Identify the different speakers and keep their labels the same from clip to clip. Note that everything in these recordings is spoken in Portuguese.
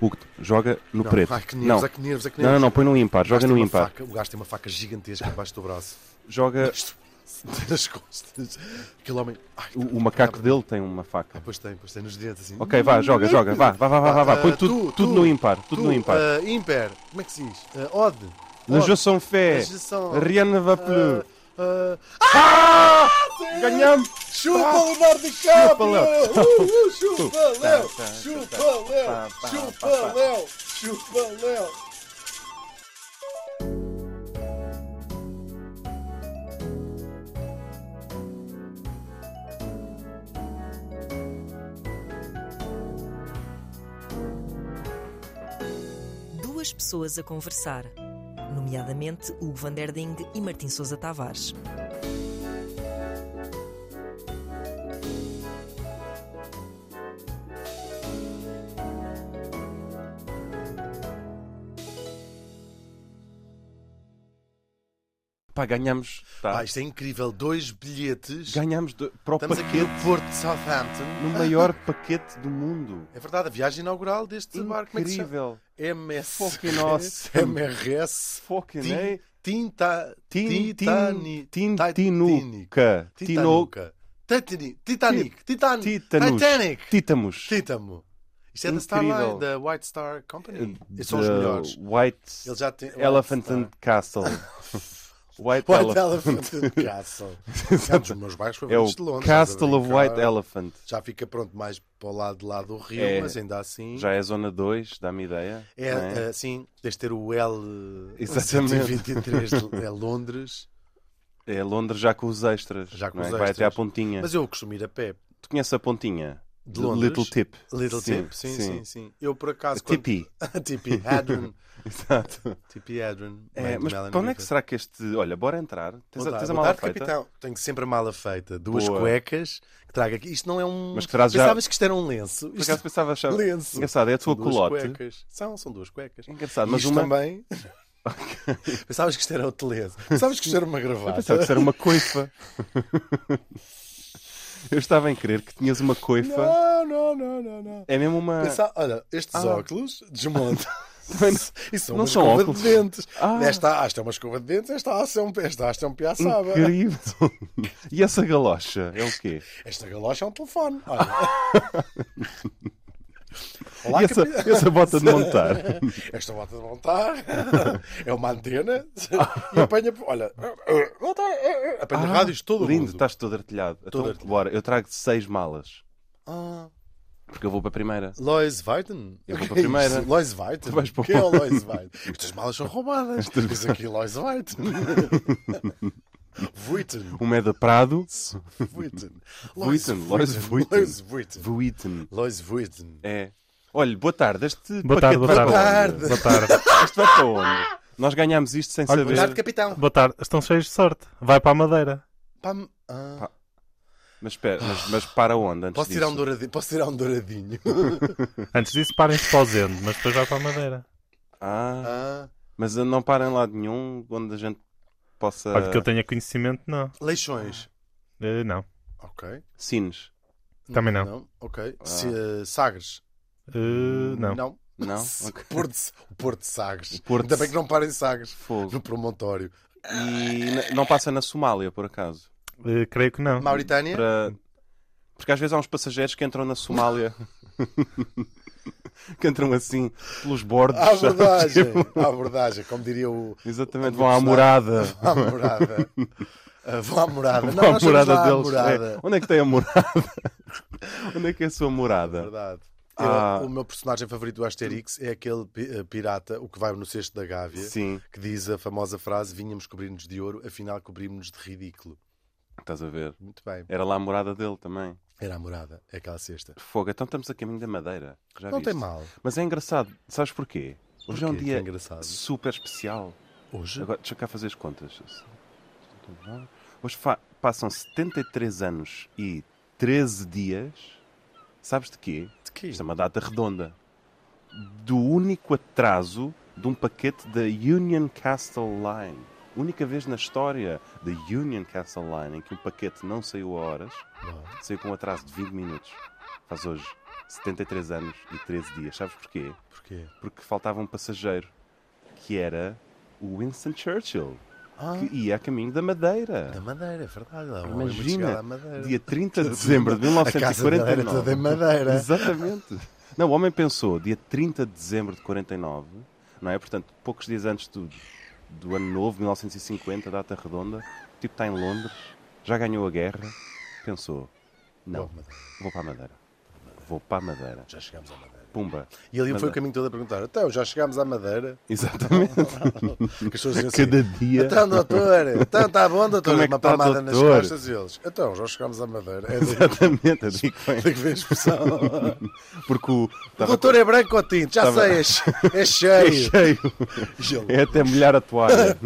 Speaker 1: Hugo, joga no
Speaker 2: Não,
Speaker 1: preto.
Speaker 2: Ai, que nervos,
Speaker 1: não.
Speaker 2: ai, que nervos, ai, que
Speaker 1: não,
Speaker 2: nervos.
Speaker 1: não, não, põe no ímpar,
Speaker 2: O
Speaker 1: joga
Speaker 2: gajo tem
Speaker 1: no
Speaker 2: uma
Speaker 1: ímpar.
Speaker 2: faca- o gajo tem uma faca gigantesca abaixo do braço.
Speaker 1: Joga.
Speaker 2: Nas costas. Aquele homem. Ai,
Speaker 1: O, o macaco dele tem uma
Speaker 2: Ah,
Speaker 1: faca.
Speaker 2: pois tem, pois tem nos dentes assim.
Speaker 1: Ok, vá, joga, joga, vá, vá, vá, vá, vá, vá.
Speaker 2: Ah,
Speaker 1: põe tudo, tudo
Speaker 2: tu, tu,
Speaker 1: no ímpar, tudo
Speaker 2: Tu,
Speaker 1: no ímpar.
Speaker 2: ah, ímpar. Como é que se diz? Ah, odd.
Speaker 1: Legislação fé,
Speaker 2: Legislação.
Speaker 1: Rihanna
Speaker 2: eh.
Speaker 1: va plus.
Speaker 2: Ah, ah,
Speaker 1: Ganhamos!
Speaker 2: chupa Leonardo DiCaprio!
Speaker 1: Léo.
Speaker 2: Uh, uh, Chupa
Speaker 1: Ah.
Speaker 2: Léo!
Speaker 1: tá, tá,
Speaker 2: Chupa Léo!
Speaker 1: pá,
Speaker 2: Chupa
Speaker 1: pá, pá.
Speaker 2: Léo! Chupa Léo!
Speaker 3: Duas pessoas a conversar, nomeadamente Hugo van der Ding e Martim Sousa Tavares.
Speaker 1: Pá, ganhamos. Tá.
Speaker 2: Pá, isto é incrível. Dois bilhetes.
Speaker 1: Ganhamos de- para o
Speaker 2: Estamos aqui
Speaker 1: paquete,
Speaker 2: no Porto de Southampton.
Speaker 1: no maior paquete do mundo.
Speaker 2: É verdade, a viagem inaugural deste barco. Como é que se chama?
Speaker 1: Incrível.
Speaker 2: MS.
Speaker 1: Fucking awesome.
Speaker 2: MRS.
Speaker 1: Fucking
Speaker 2: Tin-
Speaker 1: A.
Speaker 2: Tinta.
Speaker 1: Tin-
Speaker 2: Titani-
Speaker 1: tin-
Speaker 2: Titanic.
Speaker 1: Titinuca. Tino-
Speaker 2: Titanuca. Titani- Titanic. Titan-
Speaker 1: Titanus.
Speaker 2: Titanic.
Speaker 1: Titamos.
Speaker 2: Titamo. Isto é da Starline,
Speaker 1: Incrível. Eh,
Speaker 2: da White Star Company. Estes são
Speaker 1: The
Speaker 2: os melhores.
Speaker 1: White
Speaker 2: Ele já tem- White
Speaker 1: Elephant
Speaker 2: Star.
Speaker 1: and Castle. White,
Speaker 2: White
Speaker 1: Elephant.
Speaker 2: Elephant Castle. É um dos meus bairros
Speaker 1: É
Speaker 2: favoritos
Speaker 1: o
Speaker 2: de Londres. estás
Speaker 1: Castle
Speaker 2: a
Speaker 1: of
Speaker 2: brincar.
Speaker 1: White Elephant.
Speaker 2: Já fica pronto mais para o lado de lá do rio,
Speaker 1: É.
Speaker 2: mas ainda assim.
Speaker 1: Já é zona 2, dá-me ideia.
Speaker 2: É,
Speaker 1: não é?
Speaker 2: eh, sim, tens de ter o L eh,
Speaker 1: Exatamente.
Speaker 2: 123 de é Londres,
Speaker 1: É Londres já com os extras.
Speaker 2: Já com
Speaker 1: não é?
Speaker 2: os
Speaker 1: Que Vai até
Speaker 2: extras.
Speaker 1: à pontinha.
Speaker 2: mas eu costumo ir a pé.
Speaker 1: Tu conheces a pontinha?
Speaker 2: De Londres?
Speaker 1: Little Tip.
Speaker 2: Little Tip, sim, sim, sim, Eu por acaso. quando-
Speaker 1: Tippy.
Speaker 2: Tippy Hadron.
Speaker 1: Exato.
Speaker 2: Tippy Hadron.
Speaker 1: É,
Speaker 2: mãe de
Speaker 1: mas
Speaker 2: Melanie
Speaker 1: para onde é que
Speaker 2: Griffith.
Speaker 1: será que este. Olha, bora entrar. Tens,
Speaker 2: Boa
Speaker 1: a, tens a
Speaker 2: tarde, boa
Speaker 1: mala
Speaker 2: tarde,
Speaker 1: feita?
Speaker 2: capitão. Tenho sempre a mala feita. Duas
Speaker 1: Boa.
Speaker 2: cuecas que trago aqui. Isto não é um.
Speaker 1: Mas que trazes já-
Speaker 2: Pensavas que isto era um lenço.
Speaker 1: Por
Speaker 2: Isto
Speaker 1: acaso pensava achar.
Speaker 2: Lenço.
Speaker 1: Engraçado, é a tua
Speaker 2: são duas
Speaker 1: culote.
Speaker 2: cuecas. São, são duas cuecas.
Speaker 1: Engraçado,
Speaker 2: E
Speaker 1: mas
Speaker 2: isto é
Speaker 1: uma.
Speaker 2: também. Pensavas que isto era outro lenço. Pensavas Ah, que isto era uma
Speaker 1: Eu
Speaker 2: gravata.
Speaker 1: pensava que isso era uma coifa. Eu estava em crer que tinhas uma coifa.
Speaker 2: Não, não, não, não, não.
Speaker 1: É mesmo uma.
Speaker 2: Pensa- olha, estes
Speaker 1: Ah.
Speaker 2: óculos desmontam. Isso são
Speaker 1: não
Speaker 2: uma
Speaker 1: são
Speaker 2: escova
Speaker 1: óculos.
Speaker 2: de dentes.
Speaker 1: Ah.
Speaker 2: Esta haste é uma escova de dentes, esta haste é um, esta haste é um piaçaba.
Speaker 1: Incrível. E essa galocha é o quê?
Speaker 2: Esta galocha é um telefone. Olha. Olá,
Speaker 1: E essa,
Speaker 2: capitão.
Speaker 1: essa bota de montar.
Speaker 2: Esta bota de montar é uma antena e apanha. Olha, apanha rádios de todo o
Speaker 1: Ah, lindo, tá.
Speaker 2: mundo.
Speaker 1: estás todo artilhado. Então,
Speaker 2: artilhado.
Speaker 1: Bora, eu trago seis malas.
Speaker 2: Ah,
Speaker 1: Porque eu vou para a primeira.
Speaker 2: Lois Weiden?
Speaker 1: Eu vou
Speaker 2: O
Speaker 1: para
Speaker 2: que é
Speaker 1: a primeira.
Speaker 2: isso? Lois Weiden?
Speaker 1: vais para o-
Speaker 2: Quem é o Lois Weiden? Estas malas são roubadas. Diz aqui Lois Weiden. Vuiten.
Speaker 1: Uma é da Prado.
Speaker 2: Vuiten.
Speaker 1: Vuitton, Lois Vuitton.
Speaker 2: Lois Vuiten.
Speaker 1: Vuitton.
Speaker 2: Lois Vuiten.
Speaker 1: É. Olha, boa tarde. Este
Speaker 4: Boa tarde, boa
Speaker 1: paquete vai
Speaker 4: tarde.
Speaker 1: para
Speaker 2: tarde.
Speaker 4: Boa tarde.
Speaker 1: onde? Isto vai para onde? Nós ganhámos isto sem
Speaker 4: Olha,
Speaker 1: saber.
Speaker 2: Boa tarde, capitão.
Speaker 4: Boa tarde. Estão cheios de sorte. Vai para a Madeira.
Speaker 2: Pam- ah,
Speaker 1: Mas espera, mas, mas para onde antes
Speaker 2: Posso
Speaker 1: disso?
Speaker 2: tirar um douradinho? Posso tirar um douradinho?
Speaker 4: Antes disso, parem-se para o Zendo, mas depois vai para a Madeira.
Speaker 1: Ah,
Speaker 2: Ah,
Speaker 1: mas não para em lado nenhum onde a gente possa...
Speaker 4: Olha, que eu tenha conhecimento, não.
Speaker 2: Leixões.
Speaker 4: Eh, não.
Speaker 1: Ah.
Speaker 2: Ok.
Speaker 1: Sines.
Speaker 4: Também não.
Speaker 2: Ok.
Speaker 1: Ah.
Speaker 2: Se, eh, Sagres.
Speaker 4: Eh, não.
Speaker 2: Não.
Speaker 1: Não?
Speaker 2: Se-
Speaker 1: Ok.
Speaker 2: Porto de- o Porto de Sagres.
Speaker 1: Porto
Speaker 2: Ainda
Speaker 1: de-
Speaker 2: bem que não parem Sagres.
Speaker 1: Fogo.
Speaker 2: No promontório.
Speaker 1: E n- não passa na Somália, por acaso.
Speaker 4: Eh, creio que não.
Speaker 2: Mauritânia?
Speaker 1: Para... Porque às vezes há uns passageiros que entram na Somália. que entram assim, pelos bordos.
Speaker 2: À
Speaker 1: sabes?
Speaker 2: abordagem.
Speaker 1: um-
Speaker 2: À abordagem, como diria o.
Speaker 1: Exatamente,
Speaker 2: o
Speaker 1: vão à
Speaker 2: personagem.
Speaker 1: morada.
Speaker 2: Vá à morada. Ah, Vão à morada. Não,
Speaker 1: Vão à
Speaker 2: nós fomos
Speaker 1: morada
Speaker 2: lá à
Speaker 1: deles. É.
Speaker 2: morada.
Speaker 1: Onde é que tem a morada? Onde é que é a sua morada?
Speaker 2: Verdade.
Speaker 1: Ah.
Speaker 2: Eu- o meu personagem favorito do Asterix é aquele pi- eh, pirata, o que vai no cesto da Gávea,
Speaker 1: Sim,
Speaker 2: que diz a famosa frase: Vinhamos cobrir-nos de ouro, afinal cobrimos-nos de ridículo.
Speaker 1: estás a ver.
Speaker 2: Muito bem.
Speaker 1: Era lá a morada dele também.
Speaker 2: Era a morada, é aquela cesta.
Speaker 1: Fogo, então estamos a caminho da Madeira. Já
Speaker 2: Não
Speaker 1: viste?
Speaker 2: tem mal.
Speaker 1: Mas é engraçado, sabes porquê? Hoje é um
Speaker 2: Porquê? Que
Speaker 1: dia
Speaker 2: engraçado.
Speaker 1: super especial.
Speaker 2: Hoje?
Speaker 1: Agora, deixa eu cá fazer as contas. Hoje fa- passam 73 anos e 13 dias. Sabes de quê?
Speaker 2: de quê?
Speaker 1: Isto é uma data redonda. Do único atraso de um paquete da Union Castle Line. Única vez na história da Union Castle Line em que um paquete não saiu a horas,
Speaker 2: Não.
Speaker 1: saiu com um atraso de 20 minutos. Faz hoje 73 anos e 13 dias. Sabes porquê?
Speaker 2: Porquê?
Speaker 1: Porque faltava um passageiro, que era o Winston Churchill,
Speaker 2: Ah,
Speaker 1: que ia a caminho da Madeira.
Speaker 2: da Madeira, é verdade. Ela é muito chegada à
Speaker 1: Imagina,
Speaker 2: Madeira.
Speaker 1: dia 30 de dezembro de
Speaker 2: A casa dela era toda em
Speaker 1: 1949.
Speaker 2: Madeira.
Speaker 1: Exatamente. Não, o homem pensou, dia 30 de dezembro de 49, não é? Portanto, poucos dias antes do, do ano novo, 1950, data redonda, o tipo está em Londres, já ganhou a guerra, pensou, não,
Speaker 2: Boa Madeira.
Speaker 1: vou para a Madeira. Vou para a Madeira.
Speaker 2: Já chegámos à Madeira.
Speaker 1: Pumba.
Speaker 2: E ali foi
Speaker 1: Madeira.
Speaker 2: o caminho todo a perguntar: então, já chegámos à Madeira?
Speaker 1: Exatamente.
Speaker 2: Que as pessoas diziam assim,
Speaker 1: Cada dia.
Speaker 2: Então, doutor, então está bom, doutor,
Speaker 1: Como é que
Speaker 2: uma
Speaker 1: tá,
Speaker 2: palmada nas
Speaker 1: doutor?
Speaker 2: costas e eles. Então, já chegámos à Madeira. É daí
Speaker 1: Exatamente, eu digo bem.
Speaker 2: que vem a expressão.
Speaker 1: Porque o.
Speaker 2: O
Speaker 1: Estava
Speaker 2: doutor é branco ou tinto? Já
Speaker 1: Tava-
Speaker 2: sei, é che- é cheio.
Speaker 1: cheio.
Speaker 2: E ele,
Speaker 1: É até molhar a toalha.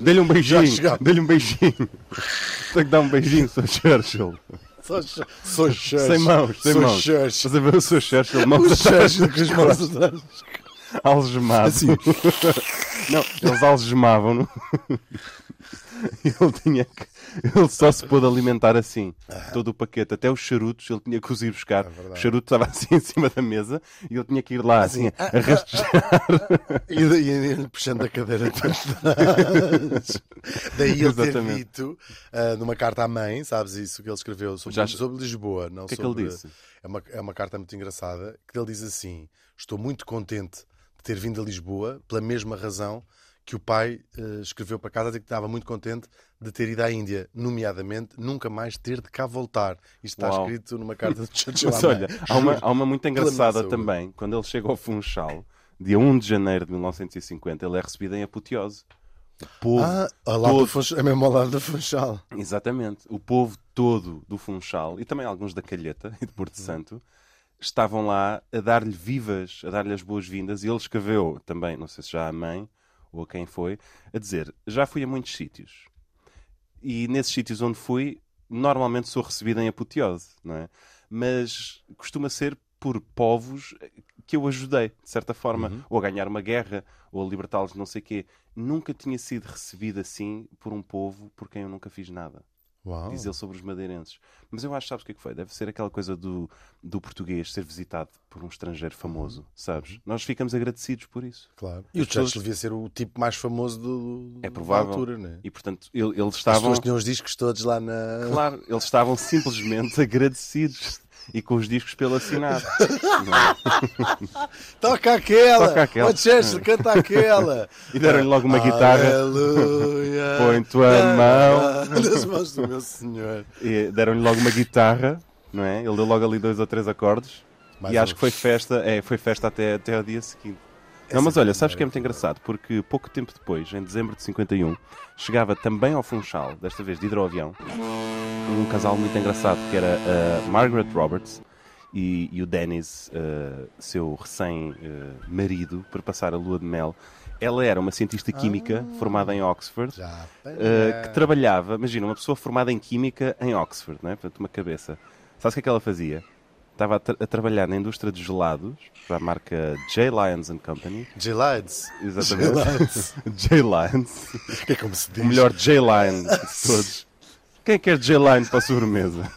Speaker 1: Dê-lhe um beijinho.
Speaker 2: chegámos.
Speaker 1: Dê-lhe um beijinho. Tem que dar um beijinho, Sr. Churchill.
Speaker 2: Sou, che- sou church.
Speaker 1: Sem mãos, sem
Speaker 2: sou
Speaker 1: mãos.
Speaker 2: church.
Speaker 1: Estás a ver o Sr. Churchill? Mãos
Speaker 2: O
Speaker 1: atrás,
Speaker 2: church com as mãos atrás.
Speaker 1: algemado.
Speaker 2: Assim.
Speaker 1: Não, eles algemavam-no. Ele tinha que- Ele só se pôde alimentar assim,
Speaker 2: Ah.
Speaker 1: todo o paquete, até os charutos, ele tinha que os ir
Speaker 2: É
Speaker 1: buscar. o charuto estava assim em cima da mesa e ele tinha que ir lá, assim,
Speaker 2: ah,
Speaker 1: a rastejar.
Speaker 2: E daí ele puxando a cadeira para trás. Daí ele ter
Speaker 1: Exatamente.
Speaker 2: dito ah, numa carta à mãe, sabes isso que ele escreveu sobre,
Speaker 1: Já-
Speaker 2: sobre Lisboa, não
Speaker 1: O que é que
Speaker 2: sobre.
Speaker 1: ele disse?
Speaker 2: É uma, é uma carta muito engraçada que ele diz assim: Estou muito contente de ter vindo a Lisboa pela mesma razão que o pai eh, escreveu para casa a dizer que estava muito contente de ter ido à Índia, nomeadamente nunca mais ter de cá voltar. Isto está
Speaker 1: Uau.
Speaker 2: escrito numa carta de Churchill.
Speaker 1: Mas
Speaker 2: à mãe.
Speaker 1: olha, há uma, há um uma muito
Speaker 2: minha
Speaker 1: engraçada
Speaker 2: saúde.
Speaker 1: também. Quando ele chega ao Funchal, dia 1 de janeiro de 1950, ele é recebido em apoteose. O povo,
Speaker 2: Ah, ao lado
Speaker 1: todo-
Speaker 2: do Funchal, é mesmo ao lado do Funchal.
Speaker 1: exatamente, o povo todo do Funchal e também alguns da Calheta e de Porto Santo estavam lá a dar-lhe vivas, a dar-lhe as boas-vindas. E ele escreveu também, não sei se já à mãe ou a quem foi, a dizer: Já fui a muitos sítios e nesses sítios onde fui, normalmente sou recebido em apoteose, não é? Mas costuma ser por povos que eu ajudei, de certa forma, ou a ganhar uma guerra, ou a libertá-los de não sei quê. Nunca tinha sido recebido assim por um povo por quem eu nunca fiz nada
Speaker 2: Uau.
Speaker 1: diz ele sobre os madeirenses. Mas eu acho, sabes o que é que foi? Deve ser aquela coisa do, do português ser visitado por um estrangeiro
Speaker 2: Uhum.
Speaker 1: famoso, sabes? Nós ficamos agradecidos por isso.
Speaker 2: Claro. E o
Speaker 1: As pessoas-
Speaker 2: Churchill devia ser o tipo mais famoso do,
Speaker 1: É provável.
Speaker 2: da altura, né?
Speaker 1: E portanto, ele- eles
Speaker 2: As
Speaker 1: estavam.
Speaker 2: pessoas tinham os discos todos lá na.
Speaker 1: Claro, eles estavam simplesmente agradecidos e com os discos pelo é? assinar.
Speaker 2: Toca aquela!
Speaker 1: Toca aquela. É.
Speaker 2: Ó, Churchill, canta aquela!
Speaker 1: E deram-lhe logo uma guitarra.
Speaker 2: Aleluia!
Speaker 1: Põe tua
Speaker 2: Na-
Speaker 1: mão.
Speaker 2: Nas mãos do meu senhor.
Speaker 1: E Deram-lhe logo uma guitarra, não é? Ele deu logo ali dois ou três acordes.
Speaker 2: Mais
Speaker 1: e
Speaker 2: um.
Speaker 1: acho que foi festa, é, foi festa até, até ao dia seguinte. Não,
Speaker 2: Essa
Speaker 1: mas olha, sabes que é muito
Speaker 2: primeira-
Speaker 1: engraçado, porque pouco tempo depois, em dezembro de 51, chegava também ao Funchal, desta vez de hidroavião, um casal muito engraçado, que era a Margaret Roberts e, e o Dennis, eh, seu recém-marido, para passar a lua de mel. Ela era uma cientista química formada em Oxford,
Speaker 2: Já.
Speaker 1: eh, que trabalhava, imagina, uma pessoa formada em Química em Oxford, não é? portanto, uma cabeça. Sabes o que é que ela fazia? Estava a, tra- a trabalhar na indústria de gelados, para a marca J. Lyons and Company.
Speaker 2: J. Lides.
Speaker 1: Exatamente. J. Lyons.
Speaker 2: Que é como se diz.
Speaker 1: O melhor J. Lyons de todos. Quem é quer J. Lyons para a sobremesa?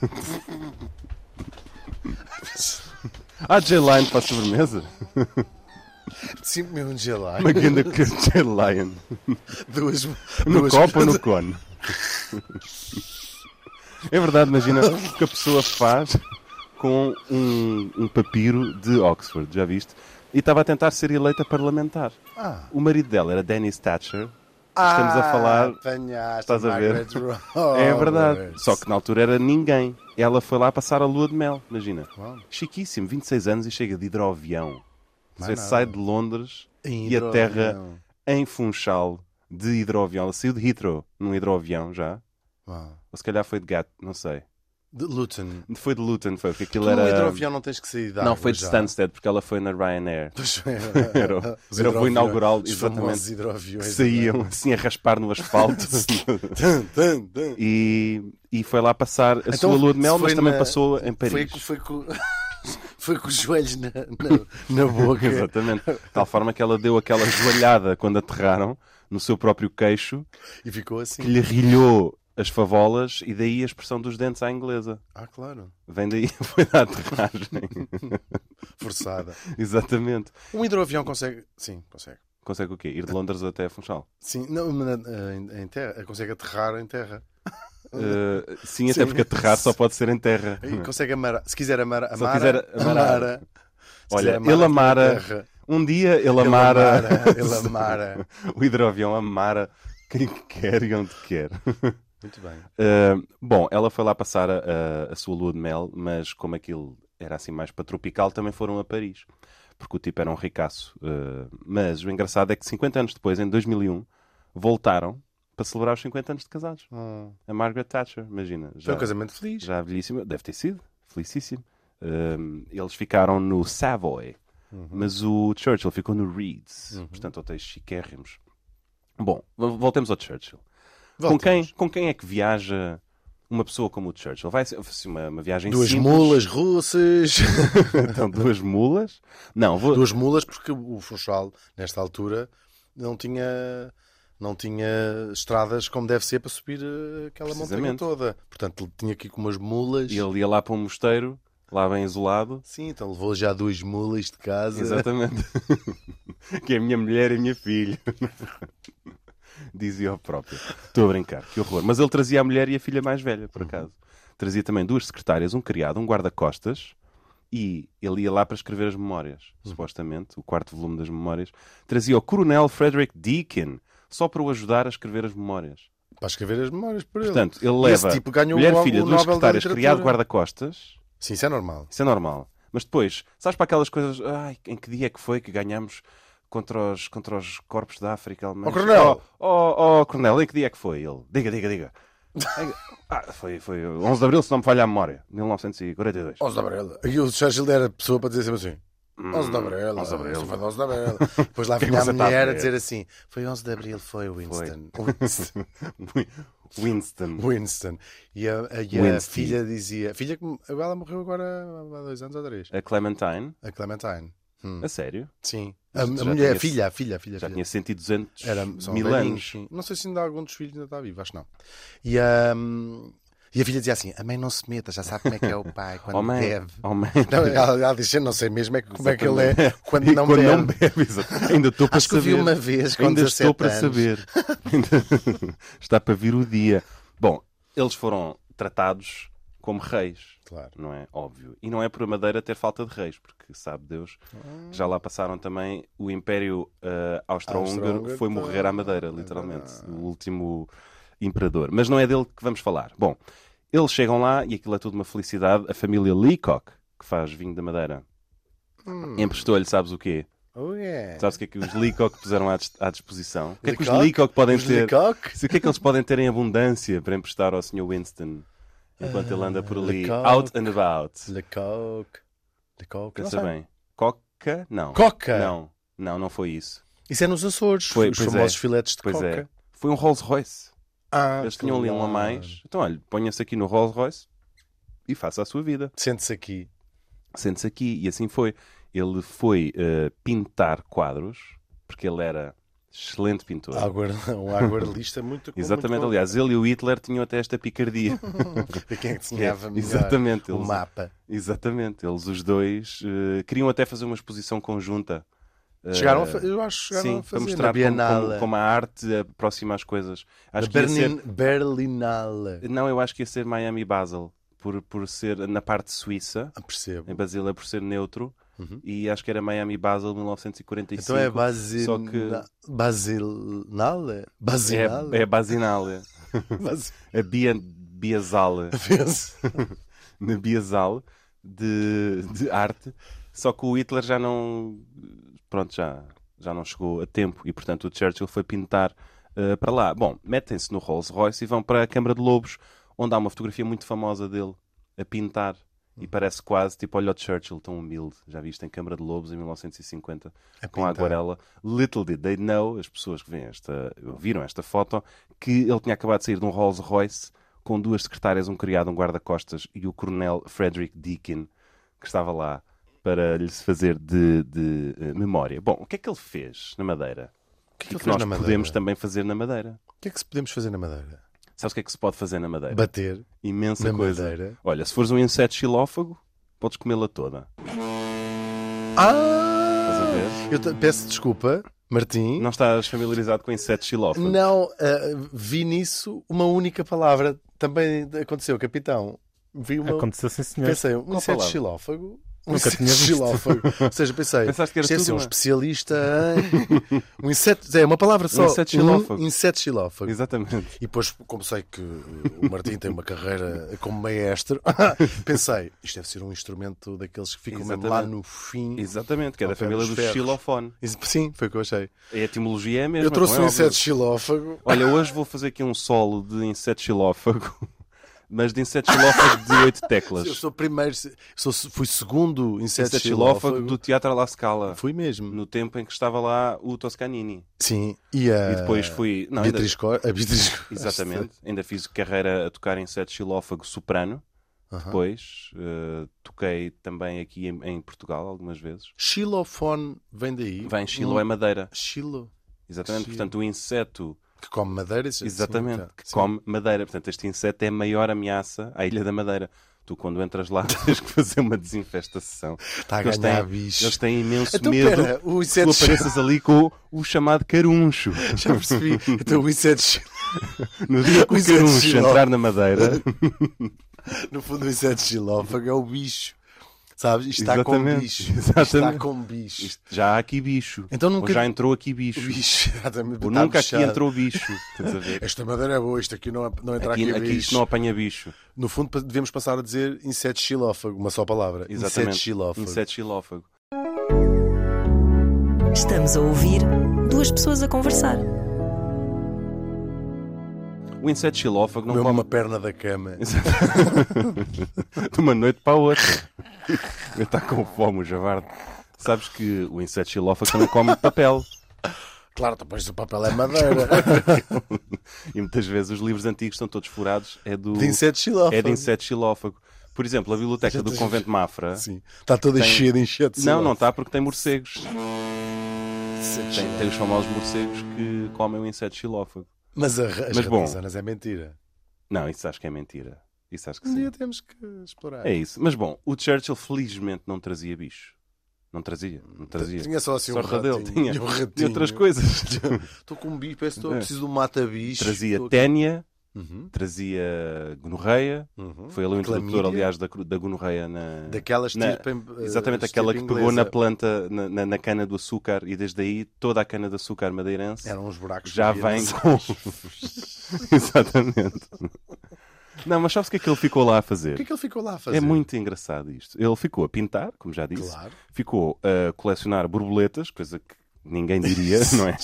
Speaker 1: Há J. Lyons para a sobremesa?
Speaker 2: Sim, meu um J. Lides.
Speaker 1: Uma ganda que J. Lyons.
Speaker 2: Duas.
Speaker 1: No
Speaker 2: duas-
Speaker 1: copo ou no cone? É verdade, imagina o que a pessoa faz com um, um papiro de Oxford, já viste? E estava a tentar ser eleita parlamentar.
Speaker 2: Ah.
Speaker 1: O marido dela era Dennis Thatcher. Estamos a falar.
Speaker 2: Apanhaste,
Speaker 1: Estás a ver?
Speaker 2: Margaret
Speaker 1: É verdade.
Speaker 2: Roberts.
Speaker 1: Só que na altura era ninguém. Ela foi lá passar a lua de mel, imagina.
Speaker 2: Uau.
Speaker 1: Chiquíssimo, 26 anos e chega de hidroavião. Quer
Speaker 2: Mais
Speaker 1: dizer,
Speaker 2: nada.
Speaker 1: sai de Londres
Speaker 2: Em
Speaker 1: e a terra
Speaker 2: hidroavião.
Speaker 1: em Funchal de hidroavião. Ela saiu de Heathrow num hidroavião já.
Speaker 2: Uau.
Speaker 1: Ou se calhar foi de gato, não sei.
Speaker 2: De Luton.
Speaker 1: Foi de Luton, foi, porque aquilo
Speaker 2: Tu
Speaker 1: era.
Speaker 2: no um hidroavião não tens que sair da
Speaker 1: não,
Speaker 2: água
Speaker 1: foi de
Speaker 2: já.
Speaker 1: Stansted, porque ela foi na Ryanair.
Speaker 2: Pois
Speaker 1: Era o- era o
Speaker 2: Os
Speaker 1: voo
Speaker 2: hidroaviões,
Speaker 1: inaugural,
Speaker 2: os
Speaker 1: exatamente.
Speaker 2: famosos
Speaker 1: Que
Speaker 2: hidroaviões. é?
Speaker 1: saíam assim a raspar no asfalto.
Speaker 2: Tum, tum, tum.
Speaker 1: e, e foi lá passar a
Speaker 2: Então,
Speaker 1: sua lua de mel,
Speaker 2: foi
Speaker 1: mas também
Speaker 2: na-
Speaker 1: passou em Paris.
Speaker 2: Foi, co- foi, co- foi com os joelhos na, na, na boca.
Speaker 1: Exatamente. De tal forma que ela deu aquela joelhada quando aterraram no seu próprio queixo,
Speaker 2: E ficou
Speaker 1: que
Speaker 2: assim.
Speaker 1: lhe rilhou as favolas e daí a expressão dos dentes à inglesa.
Speaker 2: Ah, claro.
Speaker 1: Vem daí, foi da aterragem.
Speaker 2: Forçada.
Speaker 1: Exatamente.
Speaker 2: Um hidroavião consegue. Sim, consegue.
Speaker 1: Consegue o quê? Ir de Londres até Funchal?
Speaker 2: Sim, não, mas, ah, em, em terra. Consegue aterrar em terra.
Speaker 1: Eh, sim, até
Speaker 2: Sim.
Speaker 1: porque aterrar só pode ser em terra.
Speaker 2: E consegue amar. Se quiser amar.
Speaker 1: Uhum. Se ele
Speaker 2: Amara,
Speaker 1: quiser amar-
Speaker 2: amara. Se
Speaker 1: Olha,
Speaker 2: quiser
Speaker 1: ele amara-
Speaker 2: em terra.
Speaker 1: Um dia ele
Speaker 2: Ele
Speaker 1: amara.
Speaker 2: amara, Ele amara.
Speaker 1: o hidroavião amara quem quer e onde quer.
Speaker 2: Muito bem.
Speaker 1: Eh, bom, ela foi lá passar a, a- a sua lua de mel, mas como aquilo era assim mais para tropical, também foram a Paris, porque o tipo era um ricaço. Eh, mas o engraçado é que 50 anos depois, em 2001, voltaram para celebrar os 50 anos de casados.
Speaker 2: Hum.
Speaker 1: A Margaret Thatcher, imagina.
Speaker 2: Foi
Speaker 1: Já,
Speaker 2: um casamento feliz.
Speaker 1: já velhíssima, deve ter sido, felicíssimo. Eh, eles ficaram no Savoy,
Speaker 2: Uhum.
Speaker 1: mas o Churchill ficou no Reeds, portanto, hotéis chiquérrimos. Bom, vo- voltemos ao Churchill. Com quem, com quem é que viaja uma pessoa como o Churchill? Vai ser assim, uma, uma viagem
Speaker 2: Duas
Speaker 1: simples.
Speaker 2: mulas russas.
Speaker 1: Então, duas mulas? Não, vou...
Speaker 2: Duas mulas, porque o Funchal, nesta altura, não tinha, não tinha estradas como deve ser para subir eh, aquela montanha
Speaker 1: Precisamente.
Speaker 2: toda. Portanto, ele tinha aqui com umas mulas.
Speaker 1: E ele ia lá para um mosteiro, lá bem isolado.
Speaker 2: Sim, então levou já duas mulas de casa.
Speaker 1: Exatamente. que é a minha mulher e a minha filha. Dizia o próprio. Estou a brincar, que horror. Mas ele trazia a mulher e a filha mais velha,
Speaker 2: Uhum.
Speaker 1: por acaso. Trazia também duas secretárias, um criado, um guarda-costas e ele ia lá para escrever as memórias,
Speaker 2: Uhum.
Speaker 1: supostamente, o quarto volume das memórias. Trazia o coronel Frederick Deakin só para o ajudar a escrever as memórias.
Speaker 2: Para escrever as memórias por ele.
Speaker 1: Portanto, ele
Speaker 2: E esse
Speaker 1: leva
Speaker 2: tipo ganhou
Speaker 1: mulher,
Speaker 2: o- o
Speaker 1: filha, duas
Speaker 2: Nobel da
Speaker 1: secretárias, criado,
Speaker 2: literatura.
Speaker 1: guarda-costas.
Speaker 2: Sim, isso é normal.
Speaker 1: Isso é normal. Mas depois, sabes para aquelas coisas, ai, em que dia é que foi que ganhamos contra os, contra os corpos da África alemães?
Speaker 2: Ó, Coronel!
Speaker 1: Oh, oh, oh, Coronel, em que dia é que foi ele? Diga, diga, diga. ah, foi, foi 11 de Abril, se não me falha a memória, 1942.
Speaker 2: 11 de Abril. E o Churchill era a pessoa para dizer sempre assim:
Speaker 1: Hum,
Speaker 2: 11 de Abril. é,
Speaker 1: 11 de Abril.
Speaker 2: isso Foi de 11 de Abril. Depois lá
Speaker 1: Que é que
Speaker 2: vinha a
Speaker 1: você está a
Speaker 2: mulher a
Speaker 1: ver?
Speaker 2: dizer assim: Foi 11 de Abril, foi Winston. Winston.
Speaker 1: Winston.
Speaker 2: Winston. E a, a- e a
Speaker 1: Winston.
Speaker 2: filha dizia: Filha que ela morreu agora há dois anos ou três.
Speaker 1: A Clementine,
Speaker 2: A Clementine. Hum.
Speaker 1: a sério,
Speaker 2: Sim.
Speaker 1: Já
Speaker 2: A, a
Speaker 1: tinha
Speaker 2: mulher, a
Speaker 1: esse-
Speaker 2: filha, a filha, a filha. a
Speaker 1: já
Speaker 2: filha.
Speaker 1: tinha 100 e 200
Speaker 2: Era, são
Speaker 1: mil
Speaker 2: velhinhos,
Speaker 1: anos.
Speaker 2: sim. Não sei se ainda algum dos filhos ainda está vivo, acho que não. E a, e a filha dizia assim: A mãe não se meta, já sabe como é que é o pai quando
Speaker 1: Oh, mãe,
Speaker 2: bebe.
Speaker 1: oh, mãe.
Speaker 2: Não, ela, ela disse: Eu não sei mesmo é que- como é que ele é quando
Speaker 1: E
Speaker 2: não
Speaker 1: quando
Speaker 2: bebe.
Speaker 1: não bebe, exato. Ainda estou para
Speaker 2: Acho que eu
Speaker 1: saber.
Speaker 2: vi uma vez com
Speaker 1: Ainda
Speaker 2: 17
Speaker 1: estou para
Speaker 2: anos.
Speaker 1: saber. Ainda- Está para vir o dia. Bom, eles foram tratados como reis,
Speaker 2: Claro.
Speaker 1: não é? Óbvio. E não é por a Madeira ter falta de reis, porque sabe Deus que já lá passaram também o Império ah, Austro-Húngaro É
Speaker 2: Austro-Húngaro,
Speaker 1: foi morrer à Madeira,
Speaker 2: tá.
Speaker 1: literalmente. O último imperador. Mas não é dele que vamos falar. Bom, eles chegam lá e aquilo é tudo uma felicidade. A família Leacock, que faz vinho da Madeira,
Speaker 2: Hum.
Speaker 1: emprestou-lhe, sabes o quê?
Speaker 2: Oh, yeah.
Speaker 1: Sabes o que é que os Leacock puseram à, dis- à disposição? O que é que os
Speaker 2: Leacock?
Speaker 1: Leacock podem
Speaker 2: Os
Speaker 1: ter?
Speaker 2: Leacock?
Speaker 1: Se- O que é que eles podem ter em abundância para emprestar ao Sr. Winston enquanto ele anda por ali,
Speaker 2: Leacock.
Speaker 1: out and about?
Speaker 2: Leacock. Leacock. não
Speaker 1: Pensa
Speaker 2: sei.
Speaker 1: bem. Coca? Não.
Speaker 2: Coca!
Speaker 1: Não, não, não foi isso.
Speaker 2: Isso é nos Açores,
Speaker 1: Foi,
Speaker 2: os
Speaker 1: pois
Speaker 2: famosos
Speaker 1: é.
Speaker 2: filetes de
Speaker 1: Pois
Speaker 2: coca.
Speaker 1: é. Foi um Rolls Royce.
Speaker 2: Ah,
Speaker 1: Eles tinham ali um a
Speaker 2: claro.
Speaker 1: mais. Então, olha, ponha-se aqui no Rolls Royce e faça a sua vida.
Speaker 2: Sente-se aqui.
Speaker 1: Sente-se aqui. E assim foi. Ele foi eh, pintar quadros, porque ele era excelente pintor.
Speaker 2: Água, um aguarelista muito com-
Speaker 1: Exatamente,
Speaker 2: muito
Speaker 1: aliás, ele e o Hitler tinham até esta picardia.
Speaker 2: Ver quem é que desenhava melhor
Speaker 1: Exatamente,
Speaker 2: o
Speaker 1: eles,
Speaker 2: mapa.
Speaker 1: exatamente, eles os dois eh, queriam até fazer uma exposição conjunta. eh,
Speaker 2: Chegaram a fa- eu acho que chegaram
Speaker 1: sim,
Speaker 2: a
Speaker 1: para
Speaker 2: fazer
Speaker 1: mostrar
Speaker 2: na
Speaker 1: como- como,
Speaker 2: Bienal.
Speaker 1: como a arte aproxima as coisas. Acho que ia
Speaker 2: Berlin, Berlinale.
Speaker 1: ser- não, eu acho que ia ser Miami e Basel, por, por ser na parte suíça,
Speaker 2: Ah, percebo.
Speaker 1: em Basília por ser neutro, e acho que era Miami e Basel 1945.
Speaker 2: Uhum. Então é Basil...
Speaker 1: só que-
Speaker 2: Basilnale? Basinale?
Speaker 1: é, é Basinale, É,
Speaker 2: Bas-
Speaker 1: a Bia, Biazale.
Speaker 2: Penso.
Speaker 1: na Biasal de, de arte, só que o Hitler já não pronto, já, já não chegou a tempo e portanto o Churchill foi pintar eh, para lá. Bom, metem-se no Rolls Royce e vão para a Câmara de Lobos, onde há uma fotografia muito famosa dele a pintar.
Speaker 2: Hum.
Speaker 1: E parece quase tipo, olha o Churchill tão humilde, já viste em Câmara de Lobos em 1950,
Speaker 2: A
Speaker 1: com a
Speaker 2: pintar.
Speaker 1: aquarela. Little did they know, as pessoas que veem esta, viram esta foto, que ele tinha acabado de sair de um Rolls Royce com duas secretárias, um criado, um guarda-costas e o coronel Frederick Deakin, que estava lá para lhe se fazer de, de, eh, memória. Bom, o que é que ele fez na Madeira?
Speaker 2: O que é
Speaker 1: E
Speaker 2: que ele
Speaker 1: que
Speaker 2: fez
Speaker 1: nós
Speaker 2: na Madeira?
Speaker 1: podemos também fazer na Madeira?
Speaker 2: O que é que se podemos fazer na Madeira?
Speaker 1: Sabes o que é que se pode fazer na madeira?
Speaker 2: Bater
Speaker 1: Imensa
Speaker 2: na
Speaker 1: coisa.
Speaker 2: madeira.
Speaker 1: Olha, se fores um inseto xilófago, podes comê-la toda. Estás a
Speaker 2: Ah!
Speaker 1: ver?
Speaker 2: Eu te- peço desculpa, Martim.
Speaker 1: Não estás familiarizado com insetos xilófagos?
Speaker 2: Não, ah, vi nisso uma única palavra. Também aconteceu, capitão. Vi uma.
Speaker 4: Aconteceu sim, senhor.
Speaker 2: Pensei, um
Speaker 1: Qual
Speaker 2: inseto
Speaker 1: palavra?
Speaker 2: xilófago. Um
Speaker 4: Nunca
Speaker 2: inseto
Speaker 4: tinha visto.
Speaker 2: xilófago. Ou seja, pensei,
Speaker 1: Pensaste que era
Speaker 2: isto
Speaker 1: tudo
Speaker 2: deve
Speaker 1: é?"
Speaker 2: ser um
Speaker 1: uma-
Speaker 2: especialista em. um inseto. É uma palavra só.
Speaker 1: inseto xilófago.
Speaker 2: Um inseto xilófago.
Speaker 1: Exatamente.
Speaker 2: E depois, como sei que uh, o Martim tem uma carreira como maestro, pensei, isto deve ser um instrumento daqueles que ficam mesmo lá
Speaker 1: Exatamente.
Speaker 2: no fim.
Speaker 1: Exatamente, que é
Speaker 2: Ao
Speaker 1: da
Speaker 2: pé
Speaker 1: família
Speaker 2: dos
Speaker 1: do
Speaker 2: ferros.
Speaker 1: xilofone.
Speaker 2: Isso- Sim, foi o que eu achei.
Speaker 1: A etimologia é a mesma.
Speaker 2: eu trouxe
Speaker 1: não
Speaker 2: um
Speaker 1: é
Speaker 2: inseto
Speaker 1: óbvio?
Speaker 2: xilófago.
Speaker 1: Olha, hoje vou fazer aqui um solo de inseto xilófago, mas de inseto xilófago de oito teclas.
Speaker 2: Eu sou primeiro, sou, fui segundo inseto,
Speaker 1: Inseto
Speaker 2: xilófago.
Speaker 1: xilófago do Teatro à La Scala,
Speaker 2: Fui mesmo.
Speaker 1: no tempo em que estava lá o Toscanini.
Speaker 2: Sim, e a
Speaker 1: E depois fui. Não, ainda-
Speaker 2: Ah, Beatriz Costa. A Beatriz Costa.
Speaker 1: Exatamente, ainda fiz carreira a tocar inseto xilófago soprano.
Speaker 2: Aham.
Speaker 1: Depois eh, toquei também aqui em, em Portugal algumas vezes.
Speaker 2: Xilofone vem daí.
Speaker 1: Vem xiló
Speaker 2: Um-
Speaker 1: é madeira.
Speaker 2: Xilo.
Speaker 1: Exatamente,
Speaker 2: Xilo.
Speaker 1: portanto o inseto
Speaker 2: Que come madeira. isso é-
Speaker 1: Exatamente,
Speaker 2: sim,
Speaker 1: que
Speaker 2: sim.
Speaker 1: come madeira. Portanto, este inseto é a maior ameaça à Ilha da Madeira. Tu, quando entras lá, tens que fazer uma desinfestação.
Speaker 2: Está Tá a
Speaker 1: Eles
Speaker 2: ganhar
Speaker 1: têm-
Speaker 2: bicho.
Speaker 1: Eles têm imenso
Speaker 2: Então,
Speaker 1: medo
Speaker 2: pera, o
Speaker 1: que tu
Speaker 2: inseto xilófago.
Speaker 1: apareças ali com o chamado caruncho.
Speaker 2: Já percebi. Então o inseto, xi-
Speaker 1: No dia que
Speaker 2: O
Speaker 1: o
Speaker 2: inseto
Speaker 1: caruncho
Speaker 2: xilófago.
Speaker 1: entrar na Madeira,
Speaker 2: no fundo, o inseto xilófago é o bicho. Sabes? Isto está com
Speaker 1: Exatamente,
Speaker 2: bicho. Isto Está
Speaker 1: exatamente.
Speaker 2: com bicho.
Speaker 1: isto- já há aqui bicho.
Speaker 2: Então
Speaker 1: Ou
Speaker 2: nunca.
Speaker 1: já entrou aqui bicho.
Speaker 2: bicho. exatamente,
Speaker 1: Ou
Speaker 2: está
Speaker 1: nunca aqui
Speaker 2: bichado.
Speaker 1: entrou bicho. Estás a ver?
Speaker 2: Esta madeira é boa, isto aqui não, não entra aqui,
Speaker 1: Aqui, aqui isto
Speaker 2: bicho.
Speaker 1: não apanha bicho.
Speaker 2: No fundo, pa- devemos passar a dizer inseto xilófago. Uma só palavra. Inseto
Speaker 1: Exatamente.
Speaker 2: xilófago.
Speaker 1: Inseto xilófago.
Speaker 3: Estamos a ouvir duas pessoas a conversar.
Speaker 1: O inseto xilófago não
Speaker 2: Comeu
Speaker 1: come
Speaker 2: é uma perna da cama.
Speaker 1: de uma noite para a outra. Eu está com fome, o javarde. Sabes que o inseto xilófago também come papel.
Speaker 2: Claro, depois o papel é madeira.
Speaker 1: E muitas vezes os livros antigos estão todos furados. É do
Speaker 2: de inseto xilófago.
Speaker 1: é de inseto xilófago. Por exemplo, a biblioteca do
Speaker 2: Gente,
Speaker 1: convento de Mafra.
Speaker 2: Sim. Está toda
Speaker 1: Tem-
Speaker 2: cheia de inseto
Speaker 1: Não,
Speaker 2: xilófago.
Speaker 1: não está porque tem morcegos.
Speaker 2: Inseto
Speaker 1: Tem,
Speaker 2: xilófago.
Speaker 1: tem os famosos morcegos que comem o inseto xilófago.
Speaker 2: Mas a, as
Speaker 1: Mas bom.
Speaker 2: ratazanas é mentira.
Speaker 1: Não, isso acho que é mentira. Isso acho que
Speaker 2: Um
Speaker 1: sim.
Speaker 2: dia temos que explorar.
Speaker 1: É isso. Mas bom, o Churchill felizmente não trazia bicho. Não trazia, não trazia.
Speaker 2: Tinha só assim um
Speaker 1: Sorte dele,
Speaker 2: ratinho.
Speaker 1: tinha.
Speaker 2: e um
Speaker 1: E
Speaker 2: ratinho.
Speaker 1: outras coisas.
Speaker 2: Estou com um bicho, parece que estou
Speaker 1: É.
Speaker 2: preciso de um mata-bicho.
Speaker 1: Trazia
Speaker 2: Estou aqui.
Speaker 1: ténia.
Speaker 2: Uhum,
Speaker 1: trazia gonorreia.
Speaker 2: uhum.
Speaker 1: Foi ele o introdutor,
Speaker 2: Clamídia.
Speaker 1: aliás, da, cru- da gonorreia na.
Speaker 2: Daquela estirpe, eh,
Speaker 1: Exatamente
Speaker 2: estirpe
Speaker 1: aquela que pegou
Speaker 2: inglesa.
Speaker 1: na planta, na, na- na cana do açúcar, e desde aí toda a cana de açúcar madeirense
Speaker 2: Eram uns buracos.
Speaker 1: já
Speaker 2: que
Speaker 1: vem
Speaker 2: havia
Speaker 1: com.
Speaker 2: nas-
Speaker 1: Exatamente. Não, mas sabes o que é que ele ficou lá a
Speaker 2: O
Speaker 1: fazer?
Speaker 2: que é que ele ficou lá a fazer?
Speaker 1: É muito engraçado isto. Ele ficou a pintar, como já disse,
Speaker 2: Claro.
Speaker 1: ficou a colecionar borboletas, coisa que ninguém diria, não é?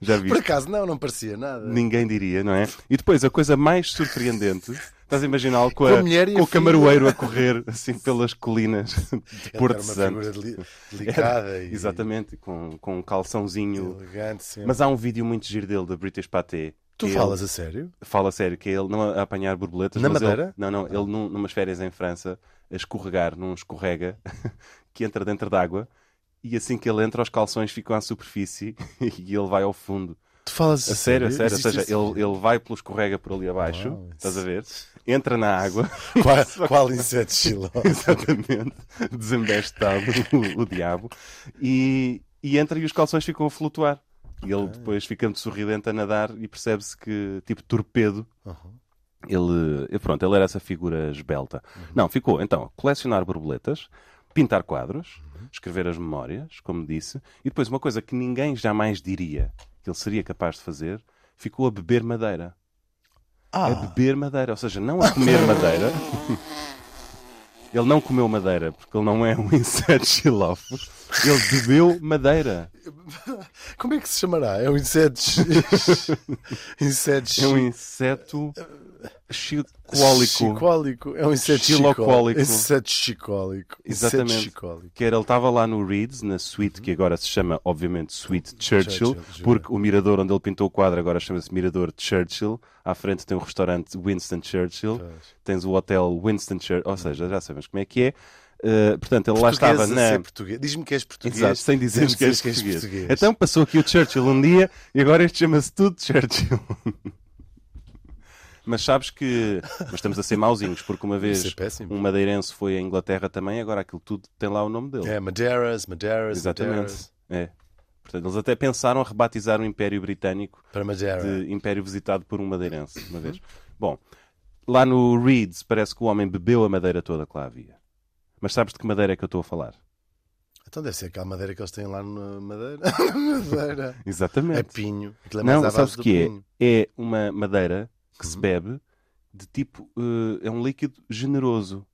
Speaker 1: Já viste?
Speaker 2: Por acaso, não, não parecia nada.
Speaker 1: Ninguém diria, não é? E depois a coisa mais surpreendente, estás a imaginá-lo com, a-
Speaker 2: Com a mulher e
Speaker 1: com
Speaker 2: a
Speaker 1: o
Speaker 2: filha.
Speaker 1: camaroeiro a correr assim pelas colinas de
Speaker 2: Ele
Speaker 1: Porto
Speaker 2: era uma
Speaker 1: Santo.
Speaker 2: figura deli- delicada e
Speaker 1: Exatamente, com, com um calçãozinho.
Speaker 2: elegante. Sempre.
Speaker 1: Mas há um vídeo muito giro dele da British Paté.
Speaker 2: tu
Speaker 1: que
Speaker 2: falas a sério?
Speaker 1: Ele, fala sério, que é ele não a apanhar borboletas.
Speaker 2: Na
Speaker 1: mas ele-
Speaker 2: Madeira?
Speaker 1: não, não, ele num- numas férias em França, a escorregar num escorrega que entra dentro d'água. E assim que ele entra, os calções ficam à superfície e ele vai ao fundo.
Speaker 2: Tu falas
Speaker 1: A sério, a sério. Ou
Speaker 2: Existe
Speaker 1: seja,
Speaker 2: esse
Speaker 1: ele, ele vai pelo escorrega por ali abaixo,
Speaker 2: Uau,
Speaker 1: estás a
Speaker 2: isso-
Speaker 1: ver? Entra na água,
Speaker 2: Qual, qual inseto xilófago?
Speaker 1: exatamente, desembestado o, o diabo, e, e entra e os calções ficam a flutuar. E ele depois fica muito sorridente a nadar e percebe-se que, tipo torpedo,
Speaker 2: Uhum.
Speaker 1: ele, e pronto, ele era essa figura esbelta. Não, ficou então a colecionar borboletas, pintar quadros,
Speaker 2: Uhum.
Speaker 1: escrever as memórias, como disse, e depois uma coisa que ninguém jamais diria que ele seria capaz de fazer, ficou a beber madeira.
Speaker 2: Ah,
Speaker 1: A É beber madeira, ou seja, não a comer madeira. Ele não comeu madeira, porque ele não é um inseto xilófono. Ele bebeu madeira.
Speaker 2: como é que se chamará? É um inseto. x- inseto. x-
Speaker 1: É um inseto chicólico.
Speaker 2: Chicólico. É um inseto chicólico.
Speaker 1: Xilocólico.
Speaker 2: Inseto chicólico. Inseto
Speaker 1: Exatamente.
Speaker 2: chicólico.
Speaker 1: Que era, ele estava lá no Reeds, na suite que agora se chama, obviamente, Suite Churchill,
Speaker 2: Churchill, jura.
Speaker 1: porque o mirador onde ele pintou o quadro agora chama-se Mirador Churchill. À frente tem o restaurante Winston Churchill,
Speaker 2: Pois.
Speaker 1: tens o hotel Winston Churchill, ou seja, já sabemos como é que é. Eh, portanto, ele lá
Speaker 2: Portuguesa
Speaker 1: estava na.
Speaker 2: sem português. Diz-me que és português.
Speaker 1: Exato, sem dizer
Speaker 2: sem
Speaker 1: que és português. Então passou aqui o Churchill um dia e agora este chama-se tudo Churchill. Mas sabes que. Mas estamos a ser mauzinhos, porque uma
Speaker 2: Isso é
Speaker 1: vez
Speaker 2: péssimo.
Speaker 1: um madeirense foi à Inglaterra também, agora aquilo tudo tem lá o nome dele.
Speaker 2: É, Madeiras, Madeiras,
Speaker 1: Exatamente.
Speaker 2: Madeiras.
Speaker 1: É. Portanto, eles até pensaram a rebatizar o Império Britânico
Speaker 2: Para Madeira.
Speaker 1: de Império Visitado por um Madeirense, uma vez. Bom, lá no Reeds parece que o homem bebeu a madeira toda que lá havia. Mas sabes de que madeira é que eu estou a falar?
Speaker 2: Então deve ser aquela madeira que eles têm lá na Madeira. madeira.
Speaker 1: Exatamente.
Speaker 2: É pinho. Aquilo é mais
Speaker 1: Não,
Speaker 2: à base
Speaker 1: sabes o
Speaker 2: do
Speaker 1: que é?
Speaker 2: pinho.
Speaker 1: É uma madeira que se
Speaker 2: Uhum.
Speaker 1: bebe de tipo. eh, é um líquido generoso.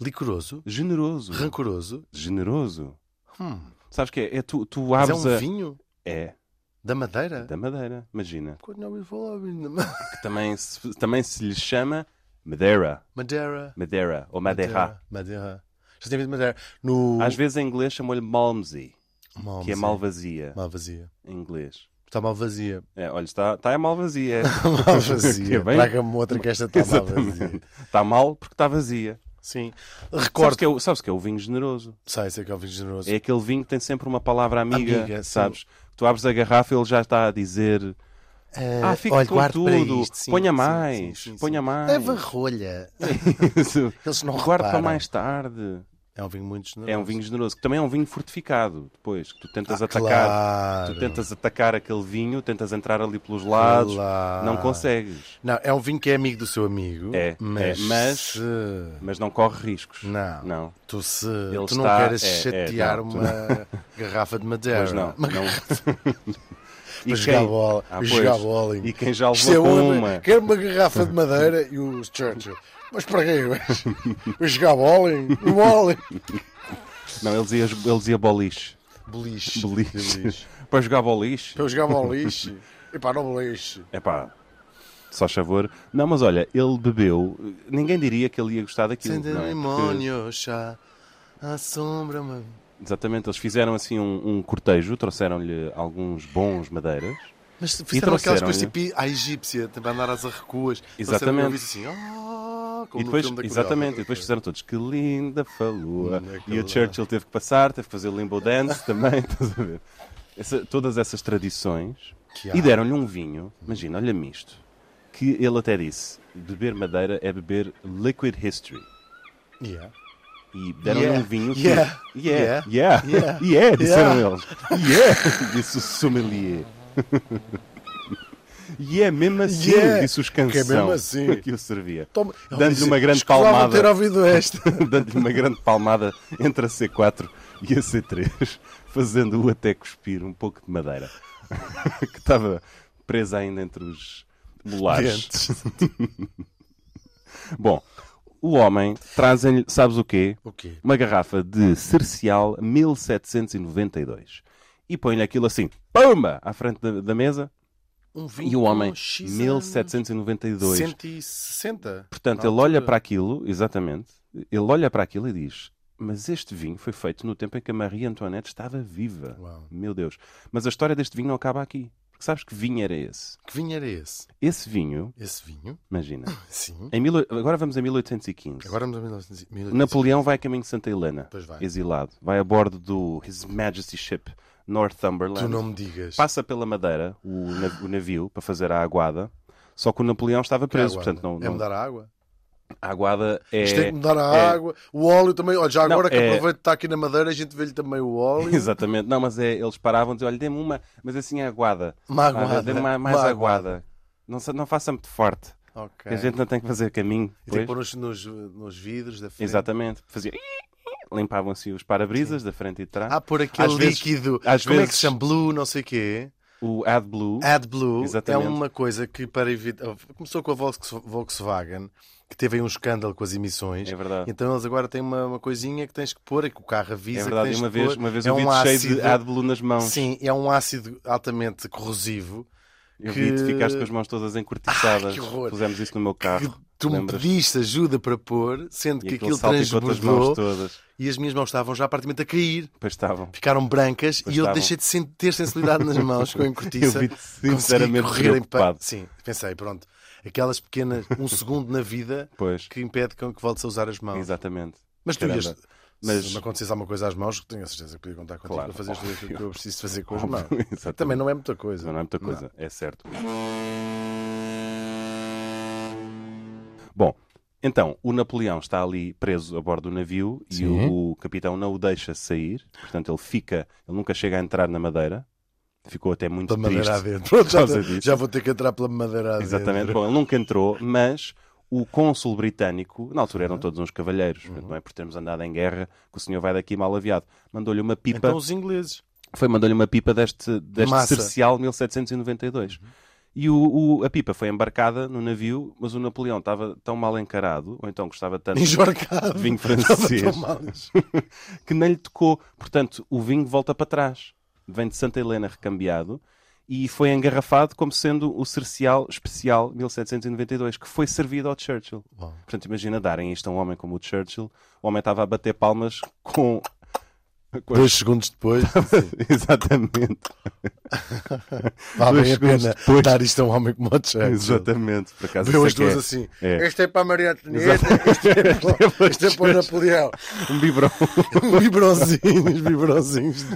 Speaker 2: Licoroso?
Speaker 1: Generoso.
Speaker 2: Rancoroso?
Speaker 1: Generoso.
Speaker 2: Hum.
Speaker 1: Sabes o que é? É tu, tu
Speaker 2: Mas
Speaker 1: abres
Speaker 2: é um
Speaker 1: a.
Speaker 2: vinho?
Speaker 1: É,
Speaker 2: Da Madeira?
Speaker 1: da madeira, imagina.
Speaker 2: Quando não me falar vinho da Ma-
Speaker 1: Que também se, também se lhe chama Madeira.
Speaker 2: Madeira.
Speaker 1: Madeira ou Madeira.
Speaker 2: Madeira. Já tinha visto Madeira. No...
Speaker 1: Às vezes em inglês chamam-lhe Malmsey,
Speaker 2: Malmsey.
Speaker 1: que é malvazia
Speaker 2: Mal vazia.
Speaker 1: em inglês.
Speaker 2: Está mal vazia.
Speaker 1: É, olha, está, está é malvazia.
Speaker 2: mal
Speaker 1: Que é
Speaker 2: vazia.
Speaker 1: bem-
Speaker 2: Traga-me outra que esta está mal vazia.
Speaker 1: Exatamente. Está mal porque está vazia.
Speaker 2: Sim.
Speaker 1: Sabes
Speaker 2: Recordo.
Speaker 1: que, é o, sabes que é o vinho generoso?
Speaker 2: Sai, sei que é o vinho generoso.
Speaker 1: É aquele vinho que tem sempre uma palavra amiga,
Speaker 2: Amiga, sim.
Speaker 1: sabes? Tu abres a garrafa e ele já está a dizer Ah, fica
Speaker 2: olha,
Speaker 1: com
Speaker 2: guarde para
Speaker 1: tudo.
Speaker 2: isto. Sim,
Speaker 1: Ponha
Speaker 2: sim,
Speaker 1: mais,
Speaker 2: sim, sim, sim.
Speaker 1: ponha mais.
Speaker 2: Leva rolha.
Speaker 1: isso,
Speaker 2: Eles não
Speaker 1: guarda para
Speaker 2: reparam.
Speaker 1: mais tarde.
Speaker 2: É um vinho muito generoso.
Speaker 1: É um vinho generoso, que também é um vinho fortificado, depois, que tu tentas
Speaker 2: Ah,
Speaker 1: atacar,
Speaker 2: Claro.
Speaker 1: tu tentas atacar aquele vinho, tentas entrar ali pelos lados,
Speaker 2: Claro.
Speaker 1: não consegues,
Speaker 2: Não, é um vinho que é amigo do seu amigo.
Speaker 1: É,
Speaker 2: Mas,
Speaker 1: é, mas-
Speaker 2: se-
Speaker 1: mas não corre riscos.
Speaker 2: Não.
Speaker 1: Não.
Speaker 2: Tu, se... tu não
Speaker 1: está-
Speaker 2: queres
Speaker 1: é, é,
Speaker 2: chatear
Speaker 1: não, tu
Speaker 2: uma garrafa de madeira.
Speaker 1: Pois não.
Speaker 2: Uma
Speaker 1: não.
Speaker 2: para jogar bola.
Speaker 1: Ah,
Speaker 2: para
Speaker 1: pois.
Speaker 2: jogar bola.
Speaker 1: E quem já
Speaker 2: Isto é
Speaker 1: levou com
Speaker 2: onde?
Speaker 1: uma.
Speaker 2: Quero uma garrafa de madeira e o Churchill. Mas para quê? Para jogar bowling? Um Bowling?
Speaker 1: Não, eles iam eles ia boliche.
Speaker 2: Boliche.
Speaker 1: Boliche. Para jogar boliche.
Speaker 2: Para eu jogar boliche. Epá, não boliche.
Speaker 1: É pá, só favor. Não, mas olha, ele bebeu. Ninguém diria que ele ia gostar daquilo.
Speaker 2: Sem
Speaker 1: não é? Porque,
Speaker 2: demônio, um chá. Assombra-me.
Speaker 1: exatamente, eles fizeram assim um, um cortejo, trouxeram-lhe alguns bons madeiras.
Speaker 2: Mas fizeram aquelas
Speaker 1: trouxeram-lhe.
Speaker 2: coisas tipo à egípcia, também andar às arrecuas.
Speaker 1: Exatamente.
Speaker 2: Trouxeram-lhe um vídeo assim, ah, como
Speaker 1: e depois,
Speaker 2: no filme da Coreia.
Speaker 1: exatamente, e depois fizeram todos que linda falua.
Speaker 2: Hum,
Speaker 1: e o
Speaker 2: aquela-
Speaker 1: Churchill teve que passar, teve que fazer o limbo dance também. Estás a ver? Essa- todas essas tradições.
Speaker 2: Que
Speaker 1: E
Speaker 2: há.
Speaker 1: deram-lhe um vinho, imagina, olha-me isto. Que ele até disse: beber madeira é beber liquid history.
Speaker 2: Yeah.
Speaker 1: E deram-lhe
Speaker 2: Yeah.
Speaker 1: um vinho que. é,
Speaker 2: Yeah.
Speaker 1: Yeah.
Speaker 2: Yeah.
Speaker 1: Yeah. Yeah.
Speaker 2: Yeah.
Speaker 1: disseram eles. Yeah. Disse o sommelier. E é mesmo assim,
Speaker 2: Yeah,
Speaker 1: disse os canção
Speaker 2: que é mesmo assim.
Speaker 1: que o servia.
Speaker 2: Toma- é
Speaker 1: Dando-lhe uma grande
Speaker 2: Escusava
Speaker 1: palmada.
Speaker 2: ter ouvido esta.
Speaker 1: Dando-lhe uma grande palmada entre a C4 e a C3, fazendo-o até cuspir um pouco de madeira que estava presa ainda entre os molares.
Speaker 2: Dentes.
Speaker 1: Bom, o homem trazem-lhe, sabes o quê?
Speaker 2: O quê?
Speaker 1: Uma garrafa de Cercial 1792. E põe-lhe aquilo assim, pumba, à frente da, da mesa.
Speaker 2: Um vinho
Speaker 1: E o homem,
Speaker 2: com X anos.
Speaker 1: 1792.
Speaker 2: 160.
Speaker 1: Portanto,
Speaker 2: Na
Speaker 1: ele olha
Speaker 2: altura.
Speaker 1: para aquilo, exatamente, ele olha para aquilo e diz: Mas este vinho foi feito no tempo em que a Maria Antoinette estava viva.
Speaker 2: Uau.
Speaker 1: Meu Deus. Mas a história deste vinho não acaba aqui. Porque sabes que vinho era esse?
Speaker 2: Que vinho era esse?
Speaker 1: Esse vinho,
Speaker 2: Esse vinho?
Speaker 1: imagina,
Speaker 2: Sim.
Speaker 1: em mil... agora vamos a 1815.
Speaker 2: Agora vamos a 1900 1800.
Speaker 1: É Napoleão vai a caminho de Santa Helena,
Speaker 2: Pois vai.
Speaker 1: exilado. Vai a bordo do His Majesty's Ship Northumberland.
Speaker 2: Tu não me digas.
Speaker 1: Passa pela Madeira, o, nav- o navio, para fazer a aguada. Só que o Napoleão estava
Speaker 2: Que é a
Speaker 1: preso,
Speaker 2: aguada?
Speaker 1: portanto, não,
Speaker 2: É
Speaker 1: não-
Speaker 2: mudar a água.
Speaker 1: a aguada é.
Speaker 2: Isto tem que mudar a
Speaker 1: é-
Speaker 2: água. O óleo também. Olha, já
Speaker 1: Não,
Speaker 2: agora que
Speaker 1: é-
Speaker 2: aproveito que está aqui na madeira, a gente vê-lhe também o óleo.
Speaker 1: Exatamente, não, mas é, eles paravam e diziam: olha, dê-me uma, mas assim é aguada.
Speaker 2: Uma
Speaker 1: Ah,
Speaker 2: aguada.
Speaker 1: Dê-me uma- mais aguada. Não, se- não faça muito forte,
Speaker 2: Ok.
Speaker 1: que a gente não tem que fazer caminho.
Speaker 2: E tipo, tem
Speaker 1: pois.
Speaker 2: que pôr nos, nos, nos vidros da frente.
Speaker 1: Exatamente, fazia. Limpavam-se os para-brisas da frente e de trás.
Speaker 2: Ah, pôr aquele
Speaker 1: Às vezes-
Speaker 2: líquido.
Speaker 1: às
Speaker 2: como é que
Speaker 1: vezes-
Speaker 2: se chama? Blue, não sei o quê.
Speaker 1: O AdBlue.
Speaker 2: AdBlue
Speaker 1: Exatamente.
Speaker 2: é uma coisa que para evitar. Começou com a Volks- Volkswagen, que teve aí um escândalo com as emissões.
Speaker 1: É verdade.
Speaker 2: Então eles agora têm uma, uma coisinha que tens que pôr, é que o carro avisa.
Speaker 1: É verdade,
Speaker 2: que
Speaker 1: e
Speaker 2: tens
Speaker 1: uma
Speaker 2: que
Speaker 1: vez,
Speaker 2: pôr.
Speaker 1: uma vez
Speaker 2: é
Speaker 1: eu vi
Speaker 2: um
Speaker 1: cheio
Speaker 2: ácido,
Speaker 1: de AdBlue nas mãos.
Speaker 2: Sim, é um ácido altamente corrosivo.
Speaker 1: eu vi te
Speaker 2: que-
Speaker 1: ficaste com as mãos todas encurtiçadas.
Speaker 2: Ai, que horror.
Speaker 1: Pusemos isso no meu
Speaker 2: que
Speaker 1: carro.
Speaker 2: tu me
Speaker 1: lembras?
Speaker 2: pediste ajuda para pôr, sendo
Speaker 1: E
Speaker 2: que
Speaker 1: aquilo
Speaker 2: aquilo
Speaker 1: salpicou as mãos
Speaker 2: transbordou
Speaker 1: todas.
Speaker 2: e as minhas mãos estavam já praticamente a cair.
Speaker 1: Pois estavam.
Speaker 2: Ficaram brancas
Speaker 1: Pois
Speaker 2: e eu
Speaker 1: estavam.
Speaker 2: deixei de sen- ter sensibilidade nas mãos com a
Speaker 1: Eu
Speaker 2: cortiça.
Speaker 1: vi-te
Speaker 2: Consegui
Speaker 1: sinceramente
Speaker 2: correr em pa-
Speaker 1: preocupado.
Speaker 2: Sim, pensei, pronto. Aquelas pequenas, um segundo na vida
Speaker 1: Pois,
Speaker 2: que impede com que voltes a usar as mãos.
Speaker 1: exatamente.
Speaker 2: Mas tu
Speaker 1: Caramba.
Speaker 2: ias.
Speaker 1: Mas-
Speaker 2: Se me acontecesse alguma coisa às mãos, tenho a certeza que podia contar contigo
Speaker 1: Claro,
Speaker 2: para fazer as coisas que eu preciso fazer com as
Speaker 1: Óbvio,
Speaker 2: mãos.
Speaker 1: exatamente.
Speaker 2: Também não é muita coisa.
Speaker 1: Não é muita coisa, é certo. Bom, então, o Napoleão está ali preso a bordo do navio e
Speaker 5: Sim.
Speaker 1: o, o capitão não o deixa sair. Portanto, ele fica, ele nunca chega a entrar na madeira. Ficou até muito
Speaker 2: Pela
Speaker 1: triste.
Speaker 2: madeira adentro. Pronto, já,
Speaker 1: causa disso.
Speaker 2: já vou ter que entrar pela madeira adentro.
Speaker 1: Exatamente. Bom, ele nunca entrou, mas o cônsul britânico, na altura
Speaker 2: Uhum.
Speaker 1: eram todos uns cavalheiros, portanto, não é por termos andado em guerra que o senhor vai daqui mal aviado. Mandou-lhe uma pipa.
Speaker 2: Então os ingleses.
Speaker 1: Foi, mandou-lhe uma pipa deste, deste
Speaker 2: Massa. Uhum.
Speaker 1: Cercial 1792. E o, o- a pipa foi embarcada no navio, mas o Napoleão estava tão mal encarado, ou então gostava tanto
Speaker 2: Enjorcado.
Speaker 1: de vinho
Speaker 2: Estava
Speaker 1: francês,
Speaker 2: tão mal.
Speaker 1: que nem lhe tocou. Portanto, o vinho volta para trás. Vem de Santa Helena recambiado e foi engarrafado como sendo o Cercial Especial 1792, que foi servido ao Churchill.
Speaker 2: Bom.
Speaker 1: Portanto, imagina darem isto a um homem como o Churchill. O homem estava a bater palmas com... com as-
Speaker 2: Dois segundos depois,
Speaker 1: Exatamente.
Speaker 2: vale
Speaker 1: Dois
Speaker 2: bem a
Speaker 1: segundos
Speaker 2: pena
Speaker 1: depois.
Speaker 2: dar isto a um homem como o Churchill.
Speaker 1: Exatamente, por acaso.
Speaker 2: Vê
Speaker 1: isso é
Speaker 2: as
Speaker 1: que
Speaker 2: duas
Speaker 1: é.
Speaker 2: assim.
Speaker 1: É.
Speaker 2: Este é para a Maria Antonieta, este é para, este é para o Napoleão.
Speaker 1: Um biberão.
Speaker 2: Vibronzinhos, vibronzinhos.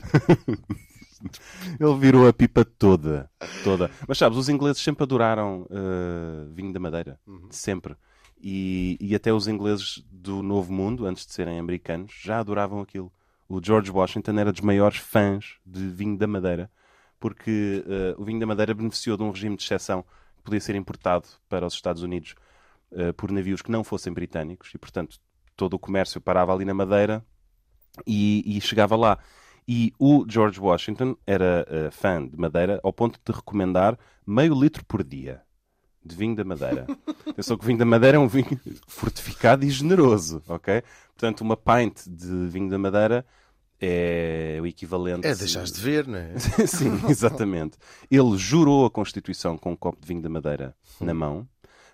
Speaker 1: Ele virou a pipa toda. toda. Mas sabes, os ingleses sempre adoraram eh, vinho da Madeira. Sempre. E, e até os ingleses do Novo Mundo, antes de serem americanos, já adoravam aquilo. O George Washington era dos maiores fãs de vinho da Madeira, porque eh, o vinho da Madeira beneficiou de um regime de exceção que podia ser importado para os Estados Unidos eh, por navios que não fossem britânicos e, portanto, todo o comércio parava ali na Madeira e, e chegava lá. E o George Washington era eh, fã de Madeira ao ponto de recomendar meio litro por dia de vinho da Madeira. Atenção que o vinho da Madeira é um vinho fortificado e generoso, ok? Portanto, uma pint de vinho da Madeira é o equivalente...
Speaker 2: É, deixaste de ver, não é?
Speaker 1: Sim, exatamente. Ele jurou a Constituição com um copo de vinho da Madeira na mão,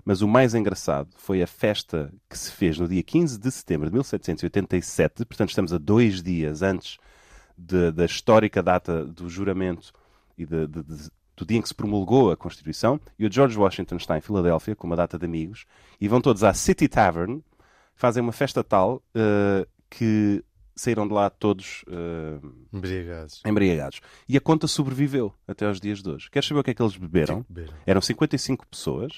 Speaker 1: mas o mais engraçado foi a festa que se fez no dia 15 de setembro de 1787, portanto estamos a dois dias antes de- da histórica data do juramento e de- de- de- do dia em que se promulgou a Constituição, e o George Washington está em Filadélfia com uma data de amigos, e vão todos à City Tavern, fazem uma festa tal eh, que saíram de lá todos... eh,
Speaker 2: Embriagados.
Speaker 1: embriagados. E a conta sobreviveu até aos dias de hoje. Queres saber o que é que eles beberam?
Speaker 2: Tipo, Beberam.
Speaker 1: Eram 55 pessoas,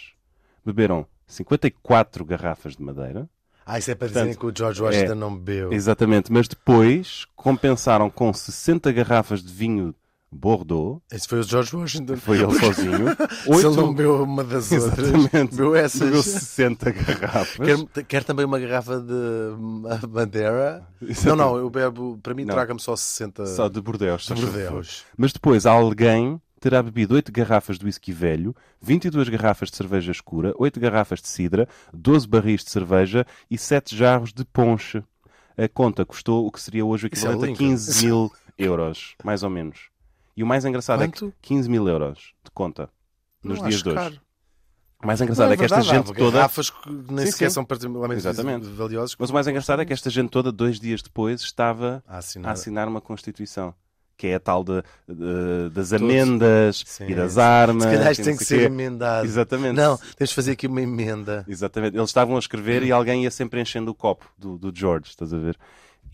Speaker 1: beberam 54 garrafas de madeira,
Speaker 2: Ah, isso é para dizerem
Speaker 1: Portanto,
Speaker 2: que o George Washington
Speaker 1: é.
Speaker 2: não bebeu.
Speaker 1: exatamente, mas depois compensaram com 60 garrafas de vinho Bordeaux,
Speaker 2: Esse foi o George Washington.
Speaker 1: foi ele sozinho,
Speaker 2: Se ele não
Speaker 1: Oito
Speaker 2: bebeu uma das outras,
Speaker 1: Exatamente.
Speaker 2: bebeu essas.
Speaker 1: bebeu 60 garrafas.
Speaker 2: Quer, quer também uma garrafa de hum, Madeira?
Speaker 1: Exatamente.
Speaker 2: Não, não, eu bebo, para mim,
Speaker 1: Não.
Speaker 2: traga-me só 60
Speaker 1: Só de Bordeaux, só por favor.
Speaker 2: bordeus. é
Speaker 1: Mas depois alguém terá bebido 8 garrafas de whisky velho, 22 garrafas de cerveja escura, 8 garrafas de cidra, 12 barris de cerveja e 7 jarros de ponche. A conta custou o que seria hoje o
Speaker 2: Isso é
Speaker 1: equivalente a
Speaker 2: Lincoln.
Speaker 1: 15 mil euros, mais ou menos. E o mais engraçado é
Speaker 2: Quanto?
Speaker 1: que 15 mil euros de conta nos
Speaker 2: Não
Speaker 1: dias
Speaker 2: acho
Speaker 1: de hoje.
Speaker 2: caro.
Speaker 1: O mais engraçado
Speaker 2: Não,
Speaker 1: é, que esta
Speaker 2: verdade,
Speaker 1: gente
Speaker 2: há
Speaker 1: toda.
Speaker 2: Garrafas que nem
Speaker 1: Sim,
Speaker 2: sequer
Speaker 1: sim.
Speaker 2: são particularmente
Speaker 1: Exatamente.
Speaker 2: valiosas.
Speaker 1: Mas o mais engraçado é que esta gente toda, dois dias depois, estava
Speaker 2: Ah, sim,
Speaker 1: a
Speaker 2: nada.
Speaker 1: assinar uma Constituição. Que é a tal de, de- das amendas
Speaker 2: Sim.
Speaker 1: e das armas.
Speaker 2: Se calhar isto
Speaker 1: e
Speaker 2: tem
Speaker 1: não
Speaker 2: que
Speaker 1: sei
Speaker 2: ser
Speaker 1: quê.
Speaker 2: emendado.
Speaker 1: Exatamente.
Speaker 2: Não, temos de fazer aqui uma emenda.
Speaker 1: Exatamente. Eles estavam a escrever e alguém ia sempre enchendo o copo do, do George, estás a ver?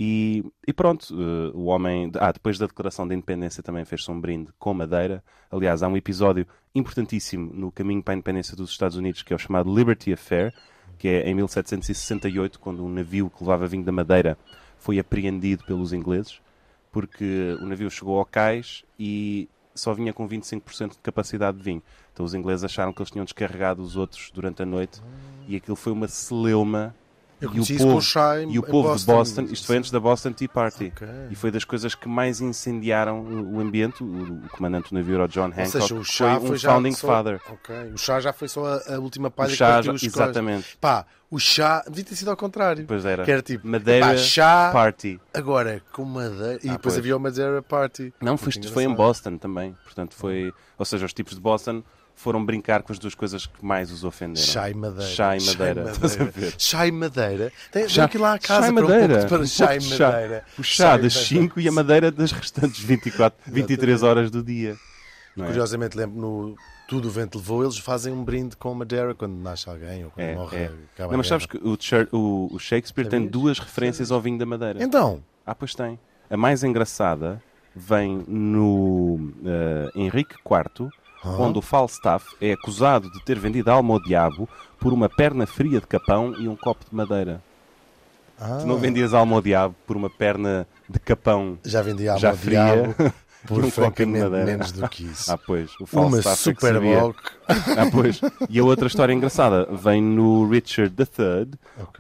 Speaker 1: E, e pronto, eh, o homem. Ah, depois da declaração da independência também fez-se um brinde com madeira. Aliás, há um episódio importantíssimo no caminho para a independência dos Estados Unidos que é o chamado Liberty Affair, que é em 1768, quando um navio que levava vinho da madeira foi apreendido pelos ingleses, porque o navio chegou ao cais e só vinha com 25% de capacidade de vinho. Então os ingleses acharam que eles tinham descarregado os outros durante a noite e aquilo foi uma celeuma.
Speaker 2: Eu
Speaker 1: e o
Speaker 2: conheci isso com
Speaker 1: povo,
Speaker 2: o chá em-
Speaker 1: e o
Speaker 2: em
Speaker 1: povo
Speaker 2: Boston.
Speaker 1: de Boston, isto foi antes da Boston Tea Party.
Speaker 2: Ok.
Speaker 1: E foi das coisas que mais incendiaram o o ambiente. O, o comandante do navio era o John
Speaker 2: Ou
Speaker 1: Hancock,
Speaker 2: seja, o
Speaker 1: que
Speaker 2: chá
Speaker 1: foi um
Speaker 2: foi, já
Speaker 1: founding
Speaker 2: só-
Speaker 1: father.
Speaker 2: Ok, O chá já foi só a, a última
Speaker 1: O
Speaker 2: palha que
Speaker 1: chá,
Speaker 2: partiu os costas.
Speaker 1: exatamente.
Speaker 2: Pá, o chá devia ter sido ao contrário.
Speaker 1: Pois era.
Speaker 2: Que era tipo,
Speaker 1: Madeira
Speaker 2: pá, chá,
Speaker 1: Party.
Speaker 2: agora com madeira. E
Speaker 1: Ah,
Speaker 2: depois
Speaker 1: pois.
Speaker 2: havia o Madeira Party.
Speaker 1: Não,
Speaker 2: Muito
Speaker 1: foi, foi um em
Speaker 2: engraçado.
Speaker 1: Boston também. Portanto, foi. Ou seja, os tipos de Boston foram brincar com as duas coisas que mais os ofenderam.
Speaker 2: Chá e madeira.
Speaker 1: Chá e madeira. Estás a ver?
Speaker 2: Chá e madeira. Tem,
Speaker 1: Chá-
Speaker 2: chá, que ir lá à casa
Speaker 1: chá e
Speaker 2: para um pouco
Speaker 1: madeira.
Speaker 2: de- para
Speaker 1: Um
Speaker 2: chá e
Speaker 1: pouco de chá.
Speaker 2: madeira.
Speaker 1: O chá
Speaker 2: e
Speaker 1: das
Speaker 2: madeira.
Speaker 1: 5 e a madeira das restantes 24, 23 horas do dia. não é?
Speaker 2: Curiosamente, lembro no Tudo o Vento Levou, eles fazem um brinde com Madeira quando nasce alguém ou quando
Speaker 1: É,
Speaker 2: morre.
Speaker 1: é.
Speaker 2: acaba
Speaker 1: Não, mas
Speaker 2: a
Speaker 1: sabes
Speaker 2: guerra.
Speaker 1: que o, Cher- o- o Shakespeare tem
Speaker 2: Sabias?
Speaker 1: duas referências
Speaker 2: É
Speaker 1: ao vinho da Madeira.
Speaker 2: Então,
Speaker 1: Ah, pois tem. A mais engraçada vem no eh, Henrique IV, onde o Falstaff é acusado de ter vendido alma ao diabo por uma perna fria de capão e um copo de madeira.
Speaker 2: ah,
Speaker 1: Tu não vendias alma ao diabo por uma perna de capão
Speaker 2: já vendi a alma
Speaker 1: já
Speaker 2: ao
Speaker 1: fria
Speaker 2: diabo
Speaker 1: e um
Speaker 2: por
Speaker 1: copo de
Speaker 2: francamente
Speaker 1: madeira.
Speaker 2: menos do que isso.
Speaker 1: Ah, pois. O
Speaker 2: Uma
Speaker 1: Falstaff é que
Speaker 2: super
Speaker 1: sabia.
Speaker 2: block.
Speaker 1: Ah, pois. E a outra história engraçada vem no Richard III,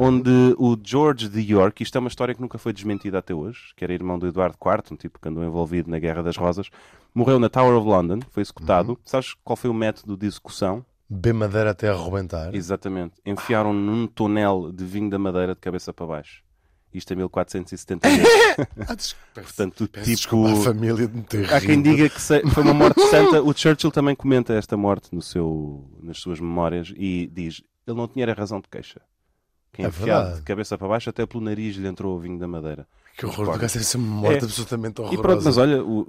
Speaker 1: onde o George de York, isto é uma história que nunca foi desmentida até hoje, que era irmão do Eduardo IV, um tipo que andou envolvido na Guerra das Rosas, morreu na Tower of London, foi executado. Sabes qual foi o método de execução?
Speaker 2: Bem madeira até arrebentar.
Speaker 1: Exatamente. Enfiaram num tonel de vinho da madeira de cabeça para baixo. Isto é 1478.
Speaker 2: Ah, des- peço-
Speaker 1: Portanto,
Speaker 2: peço
Speaker 1: tipo...
Speaker 2: desculpa à família de me ter
Speaker 1: Há quem
Speaker 2: rido.
Speaker 1: diga que se- foi uma morte santa. O Churchill também comenta esta morte no seu, nas suas memórias e diz: ele não tinha era razão de queixa. Quem
Speaker 2: É
Speaker 1: enfiado
Speaker 2: verdade.
Speaker 1: de cabeça para baixo, até pelo nariz lhe entrou o vinho da madeira.
Speaker 2: Que horror, do gajo essa morte
Speaker 1: É.
Speaker 2: absolutamente horrorosa.
Speaker 1: E pronto, mas olha, o,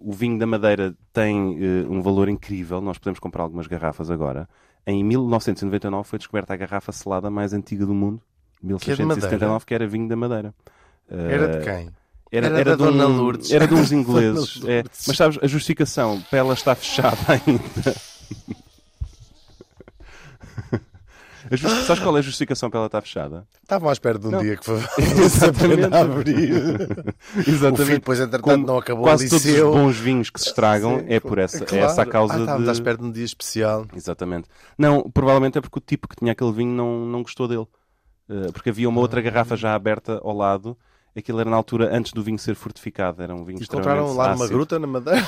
Speaker 1: o- o vinho da madeira tem eh, um valor incrível. Nós podemos comprar algumas garrafas agora. Em 1999 foi descoberta a garrafa selada mais antiga do mundo,
Speaker 2: é de madeira?
Speaker 1: 1679, que era vinho da madeira. Eh,
Speaker 2: Era de quem?
Speaker 1: Era,
Speaker 2: Era
Speaker 1: era
Speaker 2: da
Speaker 1: de um-
Speaker 2: Dona Lourdes.
Speaker 1: Era de uns ingleses.
Speaker 2: Dona
Speaker 1: é.
Speaker 2: Lourdes.
Speaker 1: Mas sabes, a justificação para ela estar fechada ainda. A justi- Sabes qual é a justificação para ela estar fechada?
Speaker 2: Estavam à espera de um
Speaker 1: Não.
Speaker 2: dia que fosse a pena abrir. O
Speaker 1: Exatamente.
Speaker 2: filho, depois, entretanto,
Speaker 1: Como
Speaker 2: não acabou o
Speaker 1: Quase todos os
Speaker 2: liceu.
Speaker 1: bons vinhos que se estragam
Speaker 2: Sim,
Speaker 1: é por essa,
Speaker 2: claro.
Speaker 1: é essa a causa
Speaker 2: ah, estávamos
Speaker 1: de.
Speaker 2: à espera de um dia especial.
Speaker 1: Exatamente. Não, provavelmente é porque o tipo que tinha aquele vinho não, não gostou dele. Eh, porque havia uma
Speaker 2: Ah.
Speaker 1: outra garrafa já aberta ao lado. Aquilo era na altura antes do vinho ser fortificado. Era um vinho
Speaker 2: Encontraram
Speaker 1: extremamente
Speaker 2: lá numa
Speaker 1: ácido. Eh,
Speaker 2: gruta, na madeira.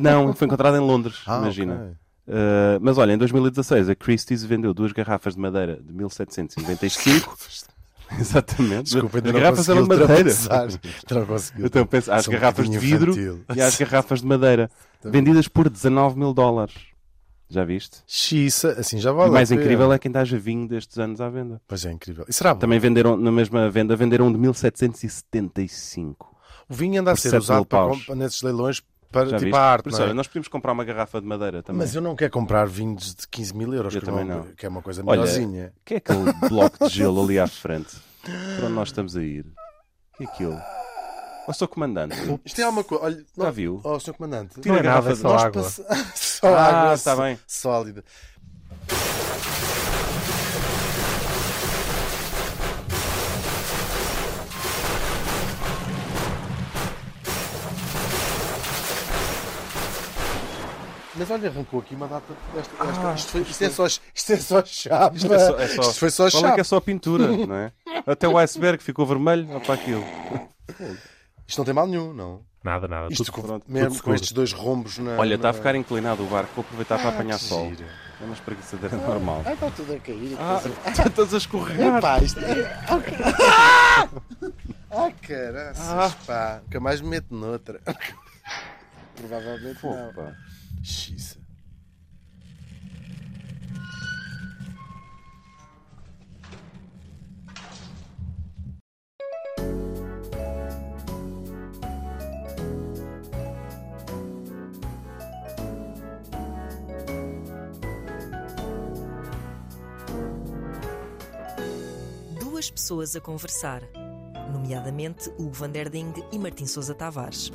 Speaker 1: Não, foi encontrado em Londres,
Speaker 2: Ah,
Speaker 1: imagina.
Speaker 2: ok.
Speaker 1: Uh, mas olha, em 2016 a Christie's vendeu duas garrafas de madeira de 1795. Exatamente.
Speaker 2: Desculpa, ainda
Speaker 1: as
Speaker 2: não
Speaker 1: garrafas
Speaker 2: consegui
Speaker 1: eram de madeira.
Speaker 2: ultrapassar. Ainda não consegui.
Speaker 1: Então pensa, há as
Speaker 2: Sou um
Speaker 1: garrafas de
Speaker 2: bocadinho
Speaker 1: vidro
Speaker 2: infantil.
Speaker 1: e há as garrafas de madeira. Vendidas por 19 mil dólares. Já viste?
Speaker 2: Xiça, assim já
Speaker 1: E
Speaker 2: vale.
Speaker 1: o mais
Speaker 2: a pena.
Speaker 1: incrível é que ainda haja vinho destes anos à venda.
Speaker 2: Pois é, incrível. E será bom?
Speaker 1: Também venderam, na mesma venda, venderam um de 1775.
Speaker 2: O vinho anda a
Speaker 1: Por
Speaker 2: ser
Speaker 1: sete
Speaker 2: usado
Speaker 1: mil
Speaker 2: para,
Speaker 1: paus.
Speaker 2: comp- nesses leilões para
Speaker 1: Já
Speaker 2: tipo
Speaker 1: viste?
Speaker 2: a arte.
Speaker 1: Por isso,
Speaker 2: não é?
Speaker 1: olha, nós podíamos comprar uma garrafa de madeira também.
Speaker 2: Mas eu não quero comprar vinhos de 15 mil euros,
Speaker 1: Eu
Speaker 2: que,
Speaker 1: também
Speaker 2: não-
Speaker 1: não.
Speaker 2: que é uma coisa
Speaker 1: Olha,
Speaker 2: melhorzinha.
Speaker 1: que é aquele bloco de gelo ali à frente? Para onde nós estamos a ir? O que é aquilo? Ó, Sr. Comandante,
Speaker 2: Isto é alguma coisa. Olha,
Speaker 1: já viu?
Speaker 2: Oh, Sr. Comandante,
Speaker 1: Tira a garrafa
Speaker 4: é nada,
Speaker 1: de
Speaker 4: só
Speaker 2: nós
Speaker 4: água.
Speaker 2: passa- só
Speaker 1: Ah,
Speaker 2: água
Speaker 1: está
Speaker 2: só-
Speaker 1: bem.
Speaker 2: sólida. Mas olha, arrancou aqui uma data. Esta, esta- isto, foi- isto é só, isto é só chapa.
Speaker 1: Ah, Isto, é só, é só-
Speaker 2: Isto foi só
Speaker 1: Olha
Speaker 2: chapa.
Speaker 1: que é só pintura, não é? Até o iceberg ficou vermelho, ó para aquilo.
Speaker 2: Isto não tem mal nenhum, não.
Speaker 4: Nada, nada.
Speaker 2: Isto
Speaker 4: Tudo...
Speaker 2: com,
Speaker 1: pronto,
Speaker 2: mesmo
Speaker 1: tudo
Speaker 2: com
Speaker 1: seguro.
Speaker 2: estes dois rombos na.
Speaker 1: Olha, está a
Speaker 2: na-
Speaker 1: ficar inclinado o barco, vou aproveitar para
Speaker 2: Ah,
Speaker 1: apanhar
Speaker 2: que
Speaker 1: sol.
Speaker 2: giro.
Speaker 1: É uma espreguiçadeira normal.
Speaker 2: Ah, está tudo a cair.
Speaker 1: Ah,
Speaker 2: coisa-
Speaker 1: estás a escorregar.
Speaker 2: Pá, isto é. Ah, caraças, pá. Nunca mais me meto noutra. Provavelmente
Speaker 1: Fogo,
Speaker 2: não.
Speaker 1: pá.
Speaker 2: Xiça.
Speaker 3: Duas pessoas a conversar, nomeadamente Hugo Van der Ding e Martim Sousa Tavares.